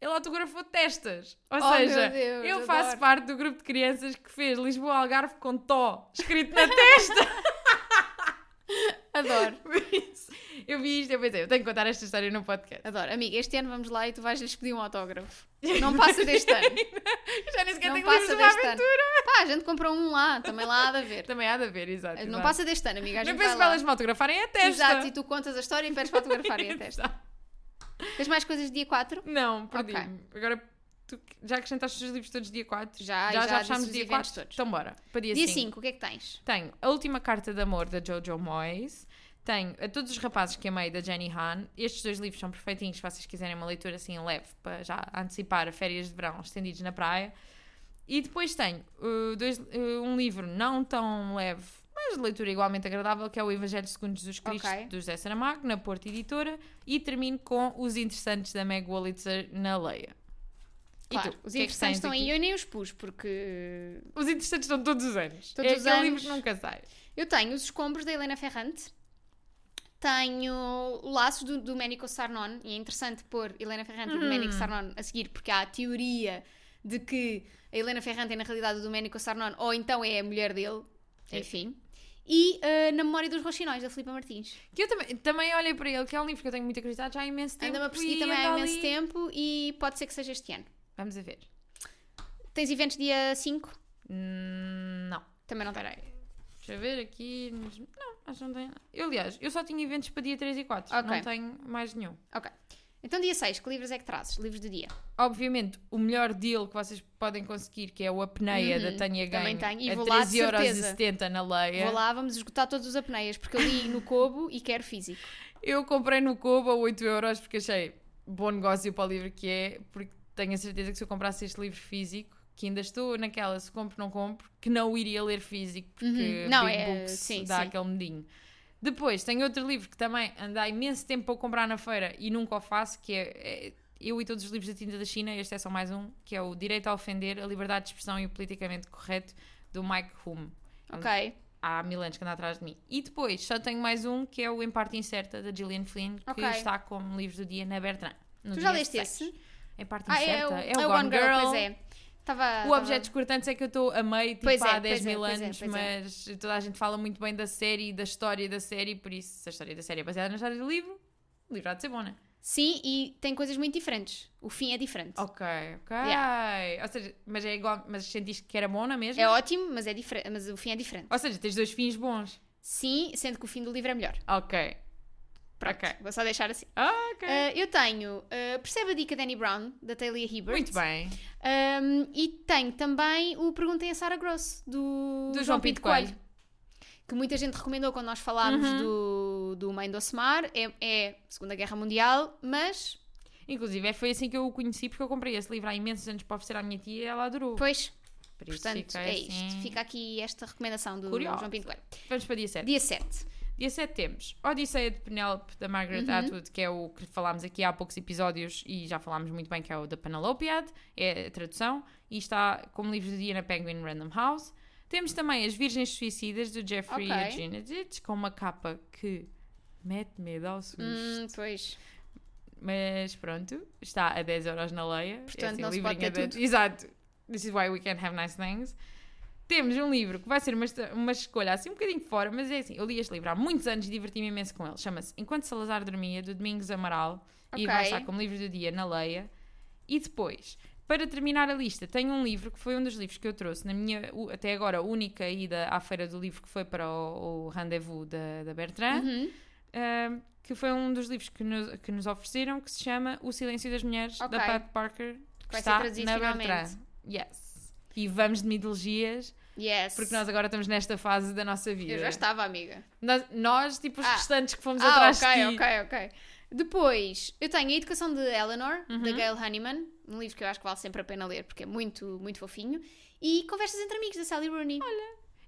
S1: Ele autografou testas. Ou
S2: Oh, meu
S1: seja,
S2: Deus,
S1: eu faço
S2: adoro.
S1: parte do grupo de crianças que fez Lisboa Algarve com Tó escrito na (laughs) testa.
S2: Adoro,
S1: Por isso, eu vi isto e eu pensei, eu tenho que contar esta história no podcast.
S2: adoro. Amiga, este ano vamos lá e tu vais-lhes pedir um
S1: (laughs)
S2: autógrafo. Não passa deste ano.
S1: Eu já nem sequer
S2: não
S1: tenho
S2: passa
S1: livros de
S2: deste ano.
S1: aventura.
S2: Pá, a gente comprou um lá, também lá há
S1: (laughs)
S2: de haver.
S1: Também há de haver, exato.
S2: Não
S1: exato.
S2: passa deste ano, amiga. A
S1: Não
S2: gente
S1: penso
S2: vai
S1: para
S2: lá.
S1: elas me autografarem é a testa. (laughs)
S2: Exato, e tu contas a história e pedes para autografarem a testa. Tens mais coisas de dia 4?
S1: Não, perdi-me. Agora, tu já acrescentaste os teus livros todos dia 4?
S2: Já,
S1: já,
S2: e já
S1: já
S2: disse
S1: fechámos
S2: os
S1: dia
S2: eventos
S1: 4?
S2: todos.
S1: Então bora, para dia 5.
S2: Dia 5, o que é que tens?
S1: Tenho a última carta de amor da Jojo Moyes. Tenho a todos os rapazes que amei da Jenny Han. Estes dois livros são perfeitinhos se vocês quiserem uma leitura assim leve para já antecipar férias de verão estendidos na praia. E depois tenho uh, dois- uh, um livro não tão leve, mas de leitura igualmente agradável, que é o Evangelho segundo Jesus Cristo,
S2: Ok.
S1: do José Saramago, na Porta Editora. E termino com Os Interessantes da Meg Wolitzer na Leia.
S2: Claro,
S1: e tu? O
S2: os
S1: que é que
S2: interessantes
S1: tens
S2: estão aí,
S1: aqui?
S2: eu nem os pus, porque
S1: Os interessantes estão todos os anos.
S2: Todos
S1: é
S2: os
S1: aquele
S2: anos.
S1: livro que nunca sai.
S2: eu tenho os escombros da Helena Ferrante, tenho o laço do Domenico Sarnon, e é interessante pôr Helena Ferrante e Domenico Sarnon a seguir, porque há a teoria de que a Helena Ferrante é na realidade o Domenico Sarnon, ou então é a mulher dele,
S1: É.
S2: enfim. E ah, Na Memória dos Roxinóis, da Filipa Martins.
S1: Que eu também, também olhei para ele, que é um livro que eu tenho muita curiosidade já há imenso tempo.
S2: Anda-me a
S1: e
S2: perseguir também há
S1: anda
S2: imenso
S1: ali.
S2: tempo e pode ser que seja este ano.
S1: Vamos a ver.
S2: Tens eventos dia 5?
S1: Hum, não.
S2: Também não tem.
S1: Espera aí. Deixa eu ver aqui. nos- Não, acho que não tenho. Eu, aliás, eu só tinha eventos para dia 3 e 4.
S2: Ok.
S1: Não tenho mais nenhum.
S2: Ok. Então dia 6, que livros é que trazes? Livros do dia.
S1: Obviamente, o melhor deal que vocês podem conseguir, que é o Apneia da Tânia
S2: Uhum. também
S1: Ganho.
S2: tenho. E
S1: a
S2: vou lá de
S1: 13,70€ na
S2: Vou
S1: Leia.
S2: lá, vamos esgotar todos os apneias, porque eu li no Cobo e quero físico.
S1: Eu comprei no Cuba 8€ porque achei bom negócio para o livro que é, porque tenho a certeza que se eu comprasse este livro físico, que ainda estou naquela, se compro, não compro, que não o iria ler físico, porque
S2: Uhum. Não,
S1: Big
S2: é-
S1: Books
S2: sim,
S1: dá
S2: sim.
S1: aquele medinho. Depois, tenho outro livro que também anda há imenso tempo para comprar na feira e nunca o faço, que é, é Eu e Todos os Livros da Tinta da China, este é só mais um, que é o Direito a Ofender, a Liberdade de Expressão e o Politicamente Correto, do Mike Hume
S2: Ok.
S1: há mil anos que anda atrás de mim. E depois só tenho mais um que é o Em Parte Incerta da Gillian Flynn, que
S2: Ok.
S1: está como livro do dia na Bertrand. no
S2: Tu já
S1: dia
S2: leste
S1: seis.
S2: esse?
S1: Em Parte
S2: Ah, é,
S1: Incerta.
S2: o,
S1: É, o Gone Girl.
S2: pois é. Tava,
S1: O
S2: tava-
S1: objeto cortantes é que eu estou a meio, tipo,
S2: Pois é,
S1: há
S2: pois
S1: 10
S2: é,
S1: mil
S2: pois é,
S1: anos,
S2: pois é.
S1: mas toda a gente fala muito bem da série e da história da série, por isso, se a história da série é baseada na história do livro, o livro há de ser bom, né?
S2: Sim, e tem coisas muito diferentes. O fim é diferente.
S1: Ok, ok. Ou seja, mas é igual, mas sentiste que era bom na mesma?
S2: É ótimo, mas, é diferente, mas o fim é diferente.
S1: Ou seja, tens dois fins bons.
S2: Sim, sendo que o fim do livro é melhor.
S1: Ok.
S2: Pronto,
S1: Ok.
S2: vou só deixar assim.
S1: Ah, ok.
S2: Ah, eu tenho, ah, percebe a dica Danny Brown, da Taylor Hibbert.
S1: muito bem.
S2: Um, e tenho também o Perguntem a Sara Grosso, do,
S1: Do
S2: João
S1: João
S2: Pinto
S1: Pinto Uhum.
S2: Coelho. Que muita gente recomendou quando nós falámos do, do Mãe do Ocemar. É, é Segunda Guerra Mundial, mas,
S1: Inclusive, é- foi assim que eu o conheci, porque eu comprei esse livro há imensos anos para oferecer à minha tia e ela adorou.
S2: pois,
S1: Por isso
S2: portanto,
S1: fica
S2: é
S1: assim.
S2: isto. Fica aqui esta recomendação do
S1: Curiosa.
S2: João Pinto Coelho.
S1: Vamos para dia 7.
S2: Dia 7.
S1: Dia 7 temos Odisseia de Penélope, da Margaret
S2: Uhum.
S1: Atwood, que é o que falámos aqui há poucos episódios e já falámos muito bem, que é o da Penelopead, é a tradução, e está como livro do dia na Penguin Random House. Temos também As Virgens Suicidas, do Jeffrey
S2: Ok.
S1: Eugenides, com uma capa que mete medo ao susto.
S2: Hum, pois.
S1: Mas pronto, está a 10 euros na leia.
S2: Portanto,
S1: assim,
S2: não
S1: um
S2: se pode
S1: livrinho
S2: ter
S1: a 10 Exato. This is why we can have nice things. Temos um livro que vai ser uma, esta- uma escolha assim um bocadinho fora, mas é assim, eu li este livro há muitos anos e diverti-me imenso com ele. Chama-se Enquanto Salazar Dormia, do Domingos Amaral.
S2: Ok.
S1: E vai estar como livro do dia na leia. E depois, para terminar a lista, tenho um livro que foi um dos livros que eu trouxe na minha, u- até agora, única ida à feira do livro que foi para o, o rendezvous da, da Bertrand.
S2: Uhum.
S1: Um, que foi um dos livros que nos, que nos ofereceram, que se chama O Silêncio das Mulheres,
S2: Ok.
S1: da Pat Parker, que
S2: Vai ser
S1: está
S2: traduzido
S1: na
S2: finalmente.
S1: Bertrand. Yes. E vamos de mitologias,
S2: Yes.
S1: porque nós eh, agora estamos nesta fase da nossa vida.
S2: Eu já estava, amiga.
S1: Nós, nós, tipo os
S2: Ah.
S1: restantes que fomos
S2: Ah,
S1: atrás
S2: ok,
S1: de ti.
S2: ok, ok. Depois, eu tenho A Educação de Eleanor,
S1: Uhum.
S2: da Gail Honeyman, um livro que eu acho que vale sempre a pena ler, porque é muito, muito fofinho. E Conversas entre Amigos, da Sally Rooney.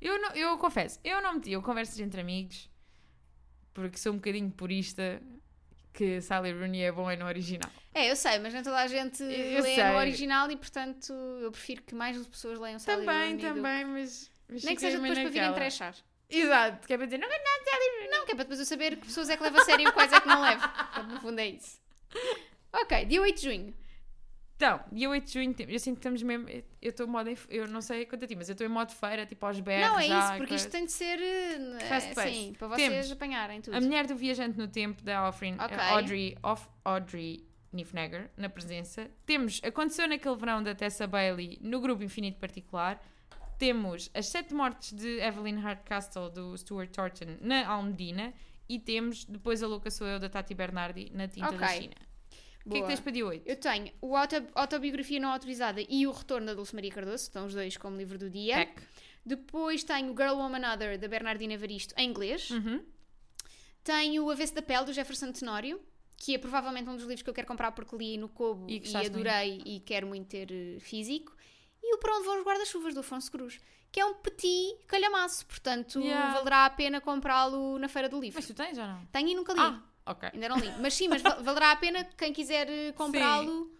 S1: Eu, não- eu confesso, eu não meti, eu conversas entre amigos, porque sou um bocadinho purista, que Sally Rooney é bom é no original.
S2: É, eu sei, mas nem toda a gente
S1: Eu
S2: lê
S1: sei.
S2: no original e, portanto, eu prefiro que mais pessoas leiam Sally
S1: também,
S2: Rooney do-
S1: também, mas. mas
S2: Nem que seja
S1: fiquei
S2: depois para
S1: meio
S2: virem
S1: naquela.
S2: trechar.
S1: Exato, que é para dizer, não ganhei.
S2: Não, que é para depois eu saber que pessoas é que levo a sério e quais é que não levo. Portanto, no fundo é isso. Ok, dia 8 de junho.
S1: Então, dia 8 de junho, tem- eu sinto que estamos mesmo. Eu estou em modo. em- Eu não sei quanto é ti, mas eu estou em modo feira, tipo aos berros.
S2: não, é
S1: já,
S2: isso, porque
S1: e
S2: isto
S1: coisa.
S2: tem de ser.
S1: Fast
S2: eh,
S1: paced.
S2: Sim, para vocês
S1: Temos.
S2: apanharem tudo.
S1: A mulher do viajante no tempo da Alfrin,
S2: Ok.
S1: a Audrey, of Audrey Nifnagger, na presença. Temos Aconteceu naquele verão da Tessa Bailey no grupo Infinito Particular. Temos As Sete Mortes de Evelyn Hardcastle do Stuart Thornton na Almedina. E temos Depois a Louca Sou Eu da Tati Bernardi na Tinta da
S2: Ok.
S1: China. O que é que
S2: Boa.
S1: tens para dia 8?
S2: Eu tenho o auto- Autobiografia Não Autorizada e o Retorno da Dulce Maria Cardoso, estão os dois como livro do dia.
S1: Tec.
S2: Depois tenho Girl Woman Other, da Bernardina Evaristo, em inglês.
S1: Uhum.
S2: Tenho O Avesso da Pele, do Jefferson Tenório, que é provavelmente um dos livros que eu quero comprar porque li no Cobo
S1: E
S2: e,
S1: gostaste
S2: adorei e quero muito ter eh, físico. E o Para Onde Vão os Guarda-Chuvas, do Afonso Cruz, que é um petit calhamaço, portanto
S1: Yeah.
S2: valerá a pena comprá-lo na Feira do Livro.
S1: Mas tu tens ou não?
S2: Tenho e nunca li.
S1: Ah, ok.
S2: Ainda não li. Mas sim, mas val- valerá a pena quem quiser eh, comprá-lo.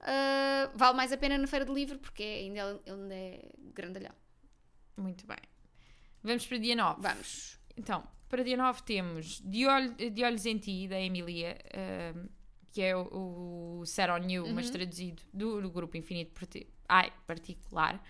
S2: ah, vale mais a pena na feira do livro porque ainda é, ainda é grandalhão.
S1: Muito bem. Vamos para dia 9.
S2: Vamos.
S1: Então, para dia 9 temos De, Olho- de Olhos em Ti, da Emília, ehm, que é o, o Set On You,
S2: Uhum.
S1: mas traduzido do, do grupo Infinito Parti- ai, Particular.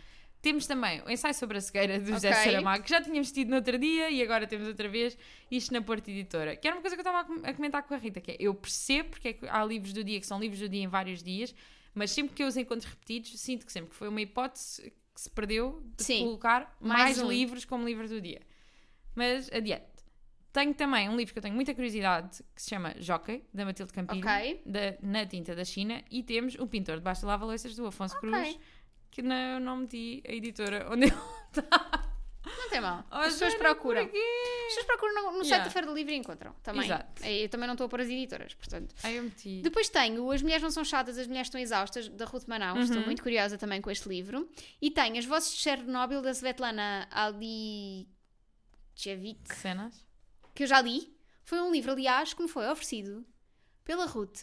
S1: Temos também o ensaio sobre a cegueira do José
S2: Ok.
S1: Saramago, que já tínhamos tido no outro dia e agora temos outra vez, isto na Porta Editora. Que era uma coisa que eu estava a com- a comentar com a Rita, que é, eu percebo porque é que há livros do dia que são livros do dia em vários dias, mas sempre que eu os encontro repetidos, sinto que sempre que foi uma hipótese que se perdeu de
S2: Sim.
S1: colocar mais,
S2: Mais um.
S1: livros como livro do dia. Mas adiante. Tenho também um livro que eu tenho muita curiosidade que se chama Jockey, da Matilde Campilho,
S2: Ok.
S1: da- na tinta da China, e temos O Pintor Debaixo de Lava Loiças do Afonso Cruz, que não, eu não meti a editora onde ele está.
S2: Não tem mal.
S1: Oh,
S2: As pessoas
S1: Joana,
S2: procuram.
S1: porquê?
S2: As pessoas procuram no, no site
S1: é. Yeah.
S2: da Feira do Livro e encontram também.
S1: Exato.
S2: Eu também não estou a pôr as editoras, portanto.
S1: Ai, Ah, eu meti.
S2: Depois tenho As Mulheres Não São Chatas, As Mulheres Estão Exaustas, da Ruth Manaus.
S1: Uhum.
S2: Estou muito curiosa também com este livro. E tenho As Vozes de Chernobyl, da Svetlana Ali.
S1: Que cenas?
S2: que eu já li, foi um livro, aliás, que me foi oferecido pela Ruth,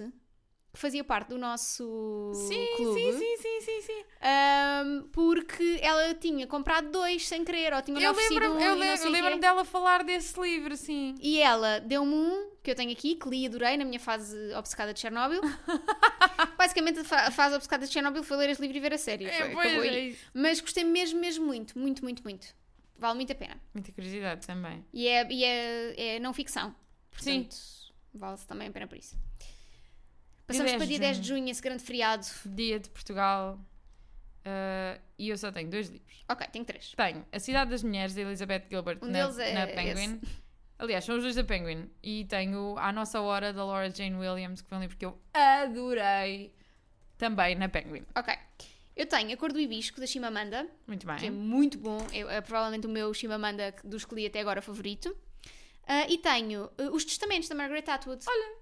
S2: que fazia parte do nosso
S1: Sim,
S2: clube,
S1: sim, sim, sim, sim, sim.
S2: ahm, porque ela tinha comprado dois sem querer, ou tinha
S1: Eu
S2: oferecido
S1: lembro-me
S2: um
S1: eu
S2: e não
S1: lem-
S2: sei
S1: eu
S2: o quê.
S1: lembro-me dela falar desse livro, sim.
S2: E ela deu-me um, que eu tenho aqui, que li e adorei na minha fase obcecada
S1: (laughs)
S2: de Chernobyl. Basicamente, a, fa- a fase obcecada de Chernobyl foi ler este livro e ver a série.
S1: É,
S2: foi,
S1: pois,
S2: acabou
S1: é
S2: aí.
S1: isso.
S2: Mas gostei mesmo, mesmo muito, muito, muito, muito. Vale muito a pena.
S1: Muita curiosidade também.
S2: E é, e é, é não ficção.
S1: Sim.
S2: Portanto, vale-se também a pena por isso. Passamos
S1: 10
S2: para
S1: de
S2: dia 10 de junho, esse grande feriado.
S1: Dia de Portugal. ah, e eu só tenho dois livros.
S2: Ok, tenho três.
S1: Tenho A Cidade das Mulheres, de Elizabeth Gilbert,
S2: Um
S1: na,
S2: deles é
S1: na Penguin. Aliás, são os dois da Penguin. E tenho A Nossa Hora, da Laura Jane Williams, que foi um livro que eu adorei, também na Penguin.
S2: Ok. Eu tenho A Cor do Hibisco, da Chimamanda,
S1: Muito
S2: que é
S1: bem.
S2: muito bom. É, é provavelmente o meu Chimamanda dos que li até agora favorito. Ah, e tenho ah, Os Testamentos, da Margaret Atwood. Olha!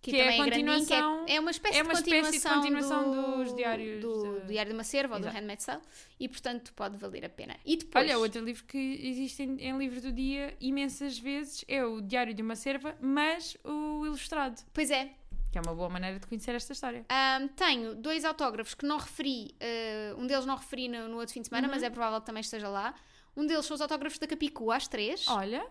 S2: Que,
S1: Que é a
S2: também é, grandinho, que é-
S1: continuação-
S2: é, uma espécie
S1: é uma
S2: de
S1: espécie de
S2: continuação,
S1: continuação
S2: do,
S1: dos diários
S2: do
S1: de-
S2: Diário de uma Cerva ou do
S1: Exato.
S2: Handmaid's Tale. E, portanto, pode valer a pena. E depois...
S1: Olha, outro livro que existe em, em livro do dia imensas vezes é o Diário de uma Serva, mas o ilustrado.
S2: Pois é,
S1: Que é uma boa maneira de conhecer esta história.
S2: Ahm, tenho dois autógrafos que não referi, eh, um deles não referi no, no outro fim de semana,
S1: Uhum.
S2: mas é provável que também esteja lá. Um deles são os autógrafos da Capicu às três.
S1: Olha,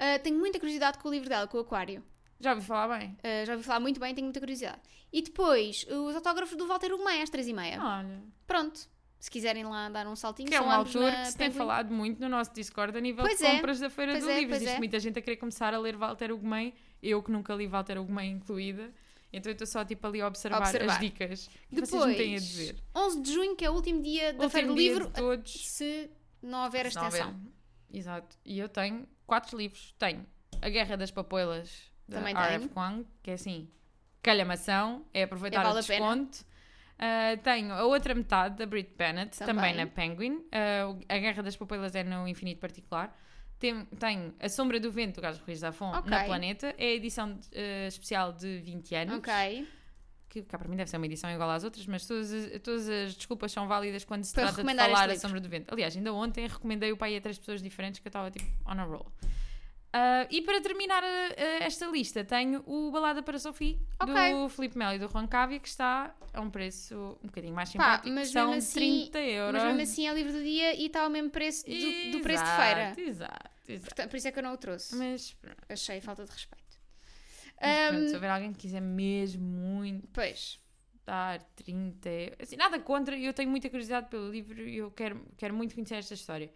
S2: Ah, tenho muita curiosidade com o livro dela, com o Aquário.
S1: já ouvi falar bem.
S2: Ah, já ouvi falar muito bem, tenho muita curiosidade. E depois, os autógrafos do Walter Ugumem às três e meia.
S1: Olha.
S2: Pronto, se quiserem lá dar um saltinho.
S1: Ah. Que é
S2: são
S1: um
S2: ambos
S1: autor
S2: na
S1: que se tem
S2: Penguin.
S1: falado muito no nosso Discord a nível
S2: Pois
S1: de
S2: é,
S1: compras da Feira
S2: pois
S1: do
S2: é,
S1: Livro.
S2: pois
S1: Existe
S2: é.
S1: muita gente a querer começar a ler Walter Ugumem, eu que nunca li Walter Ugumem incluída. Então eu estou só tipo ali a observar,
S2: Observar.
S1: as dicas que
S2: Depois,
S1: vocês me têm a dizer.
S2: 11 de junho, que é o último dia da
S1: Último
S2: Feira do
S1: dia
S2: Livro,
S1: de todos.
S2: se não houver
S1: se não houver.
S2: extensão.
S1: Exato. E eu tenho quatro livros. Tenho A Guerra das Papoilas, da
S2: Também
S1: R.F.
S2: tenho.
S1: Kuang, que é assim, calhamação, é aproveitar
S2: É, vale
S1: o
S2: a pena.
S1: desconto. Ah, tenho a outra metade da Brit Bennett, também,
S2: Também.
S1: na Penguin. Ah, o- a Guerra das Papoilas é no Infinito Particular. Tem- tenho A Sombra do Vento, do Carlos Ruiz da Fon,
S2: Ok.
S1: na Planeta. É a edição eh, especial de 20 anos
S2: Ok.
S1: que cá para mim deve ser uma edição igual às outras, mas todas as, todas as desculpas são válidas quando se
S2: Para
S1: trata de
S2: recomendar este
S1: falar a
S2: livro.
S1: sombra do vento. Aliás, ainda ontem recomendei o pai a três pessoas diferentes que eu estava tipo on a roll. Ah, e para terminar ah, ah, esta lista, tenho o Balada para Sophie do
S2: Ok.
S1: Filipe Melo e do Juan Cávia, que está a um preço um bocadinho mais
S2: Pá,
S1: simpático,
S2: mas
S1: que são
S2: mesmo assim-
S1: 30 euros.
S2: Mas mesmo assim é livre do dia e está ao mesmo preço do, do preço de
S1: Exato,
S2: feira.
S1: Exato, exato.
S2: Portanto, por isso é que eu não o trouxe.
S1: Mas, pronto,
S2: Achei falta de respeito.
S1: mas
S2: Ahm,
S1: pronto, se houver alguém que quiser mesmo muito
S2: pois,
S1: dar 30 euros, assim, nada contra, eu tenho muita curiosidade pelo livro e eu quero, quero muito conhecer esta história.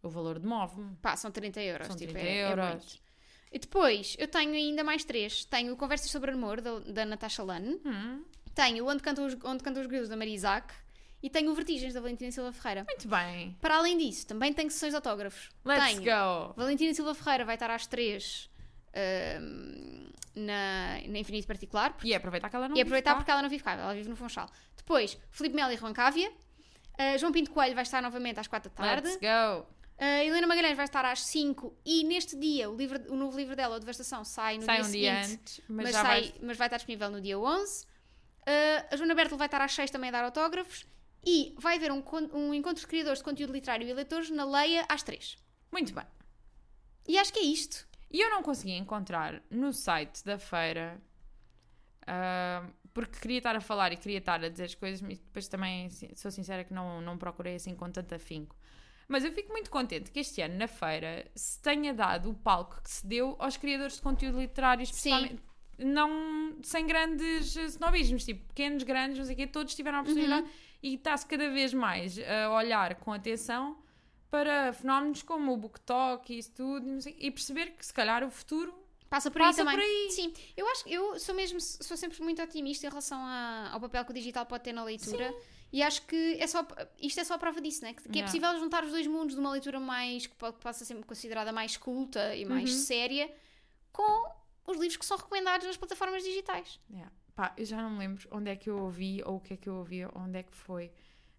S1: O valor demove-me.
S2: pá, são 30 euros.
S1: São
S2: tipo,
S1: 30
S2: é- é
S1: euros.
S2: muito. e depois, eu tenho ainda mais três. Tenho o Conversas sobre Amor, da, da Natasha Lane.
S1: Hum,
S2: Tenho o Onde Cantam os, Onde Cantam os Grilos, da Maria Isaac. E tenho o Vertigens, da Valentina Silva Ferreira.
S1: muito bem.
S2: Para além disso, também tenho sessões de autógrafos.
S1: Let's
S2: tenho
S1: go.
S2: Valentina Silva Ferreira vai estar às três ahm, na, na Infinito Particular. porque-
S1: E aproveitar que ela não
S2: e aproveitar
S1: está.
S2: porque ela não vive cá, ela vive no Funchal. Depois, Filipe Melo e Juan Cávia. Ah, João Pinto Coelho vai estar novamente às quatro da tarde.
S1: Let's go.
S2: Ah, Helena Magalhães vai estar às 5 e neste dia o, livro, o novo livro dela, A Devastação, sai no
S1: sai
S2: dia
S1: um dia
S2: seguinte,
S1: antes, mas,
S2: mas,
S1: já
S2: sai-
S1: vai.
S2: mas vai estar disponível no dia 11. Ah, a Joana Bertel vai estar às 6 também a dar autógrafos e vai haver um, con- um encontro de criadores de conteúdo literário e leitores na Leia às 3.
S1: Muito bem.
S2: E acho que é isto.
S1: E eu não consegui encontrar no site da feira, ah, porque queria estar a falar e queria estar a dizer as coisas, mas depois também si- sou sincera que não, não procurei assim com tanto afinco. Mas eu fico muito contente que este ano na feira se tenha dado o palco que se deu aos criadores de conteúdo literário, especialmente. Não, sem grandes eh, snobismos, tipo pequenos, grandes, não sei o quê, todos tiveram a oportunidade e está-se cada vez mais a olhar com atenção para fenómenos como o BookTok e isso tudo, e não sei- e perceber que se calhar o futuro.
S2: Passa por
S1: Passa
S2: aí também.
S1: por aí.
S2: Sim, eu acho eu sou mesmo sou sempre muito otimista em relação a- ao papel que o digital pode ter na leitura. E acho que é só, isto é só a prova disso, né? Que, que é
S1: Yeah.
S2: possível juntar os dois mundos de uma leitura mais que po- que possa ser considerada mais culta e mais
S1: Uhum.
S2: séria com os livros que são recomendados nas plataformas digitais.
S1: Yeah. É. Pá, eu já não me lembro onde é que eu ouvi ou o que é que eu ouvi, onde é que foi,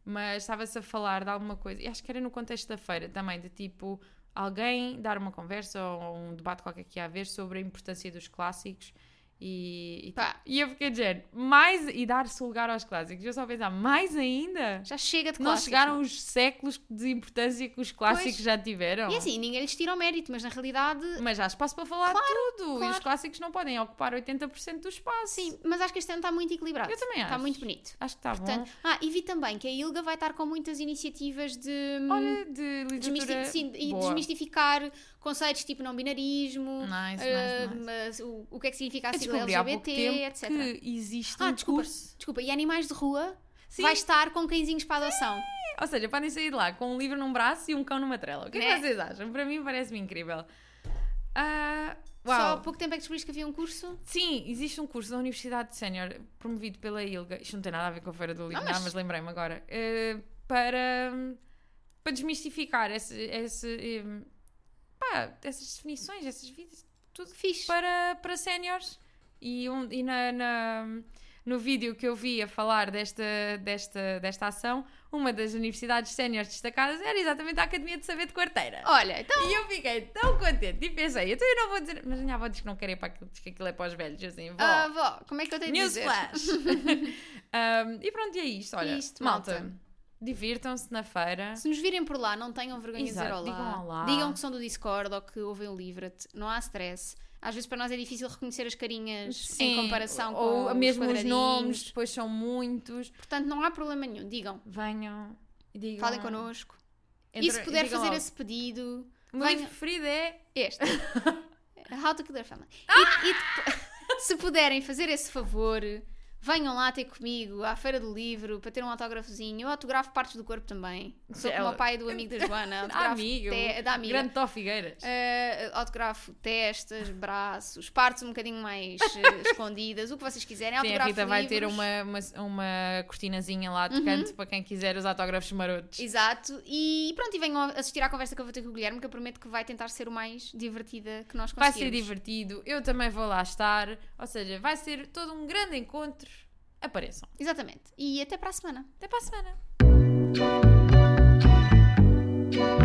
S1: mas estava-se a falar de alguma coisa, e acho que era no contexto da feira também, de tipo alguém dar uma conversa ou um debate qualquer que ia haver sobre a importância dos clássicos. E, e,
S2: Pá.
S1: e eu fiquei a dizer, mais e dar-se lugar aos clássicos. Eu só a pensar, mais ainda?
S2: Já chega de
S1: Não
S2: clássicos.
S1: chegaram os séculos de importância que os clássicos
S2: Pois.
S1: já tiveram.
S2: E assim, ninguém lhes tira o mérito, mas na realidade
S1: Mas há espaço para falar tudo. E
S2: claro.
S1: os clássicos não podem ocupar 80% do espaço.
S2: Sim, mas acho que este ano está muito equilibrado.
S1: Eu também acho. Tá
S2: Está muito bonito.
S1: Acho que está
S2: Portanto, ah, e vi também que a Ilga vai estar com muitas iniciativas de hum,
S1: bom. Olha, de
S2: Desmisti-
S1: literatura.
S2: sim, e
S1: boa.
S2: desmistificar conceitos tipo não binarismo,
S1: Nice,
S2: ah,
S1: nice, nice.
S2: mas o, o que é que significa a
S1: Eu
S2: sigla
S1: descobri há pouco tempo
S2: LGBT, etc.
S1: que existe
S2: Ah,
S1: um
S2: desculpa.
S1: curso.
S2: Desculpa, e animais de rua
S1: Sim.
S2: vai estar com cãezinhos para adoção.
S1: Ou seja, podem sair de lá com um livro num braço e um cão numa trela. O que é que
S2: Né?
S1: vocês acham? Para mim parece-me incrível. Ah,
S2: Só
S1: uau.
S2: há pouco tempo é que descobriste que havia um curso.
S1: Sim, existe um curso da Universidade de Sénior promovido pela ILGA, isto não tem nada a ver com a Feira do Livro,
S2: Não,
S1: mas,
S2: mas-
S1: mas lembrei-me agora, eh, para, para desmistificar esse, esse, eh, pá, essas definições, essas vidas, tudo
S2: Fixe.
S1: para, para séniores. E, um- e na, na- no vídeo que eu vi a falar desta, desta, desta ação, uma das universidades séniores destacadas era exatamente a Academia de Saber de Quarteira.
S2: Olha, então
S1: E eu fiquei tão contente e pensei, então eu não vou dizer. Mas a minha avó diz que não quer ir para aquilo, diz que aquilo é para os velhos. Eu assim, vó,
S2: ah, avó, como é que eu tenho de dizer? (laughs)
S1: newsflash! Um, e pronto, e é isto. Olha,
S2: É isto,
S1: malta,
S2: malta.
S1: divirtam-se na feira.
S2: Se nos virem por lá, não tenham vergonha de
S1: Exato,
S2: dizer olá.
S1: digam olá.
S2: Digam que são do Discord ou que ouvem o Livra-te. Não há stress. Às vezes para nós é difícil reconhecer as carinhas em comparação
S1: ou
S2: com
S1: mesmo os
S2: quadradinhos.
S1: nomes, depois são muitos.
S2: Portanto, não há problema nenhum. Digam.
S1: Venham e digam.
S2: Falem connosco.
S1: Entra-
S2: e se puder
S1: digam
S2: fazer
S1: logo.
S2: esse pedido,
S1: O meu
S2: venha-
S1: livro preferido é. (laughs)
S2: este. How to Kill Your Family. E-
S1: Ah!
S2: E, depo- (laughs) se puderem fazer esse favor, venham lá ter comigo à Feira do Livro para ter um autógrafozinho. Eu autografo partes do corpo também. Sou como
S1: Ela-
S2: o pai do amigo
S1: (laughs)
S2: da Joana.
S1: Ah,
S2: Autografo
S1: amigo.
S2: te- da amiga.
S1: Grande Tó Figueiras.
S2: Eh, autógrafo testas, braços, partes um bocadinho mais eh, escondidas, o que vocês quiserem.
S1: Sim, a
S2: Autógrafo
S1: Rita vai
S2: livros. Uhum.
S1: ter uma, uma, uma cortinazinha lá de canto para quem quiser os autógrafos marotos.
S2: Exato, e pronto, e venham assistir à conversa que eu vou ter com o Guilherme, que eu prometo que vai tentar ser o mais divertida que nós
S1: Vai
S2: conseguimos.
S1: ser divertido, eu também vou lá estar. Ou seja, vai ser todo um grande encontro. Apareçam.
S2: Exatamente. E até para a semana.
S1: Até para a semana.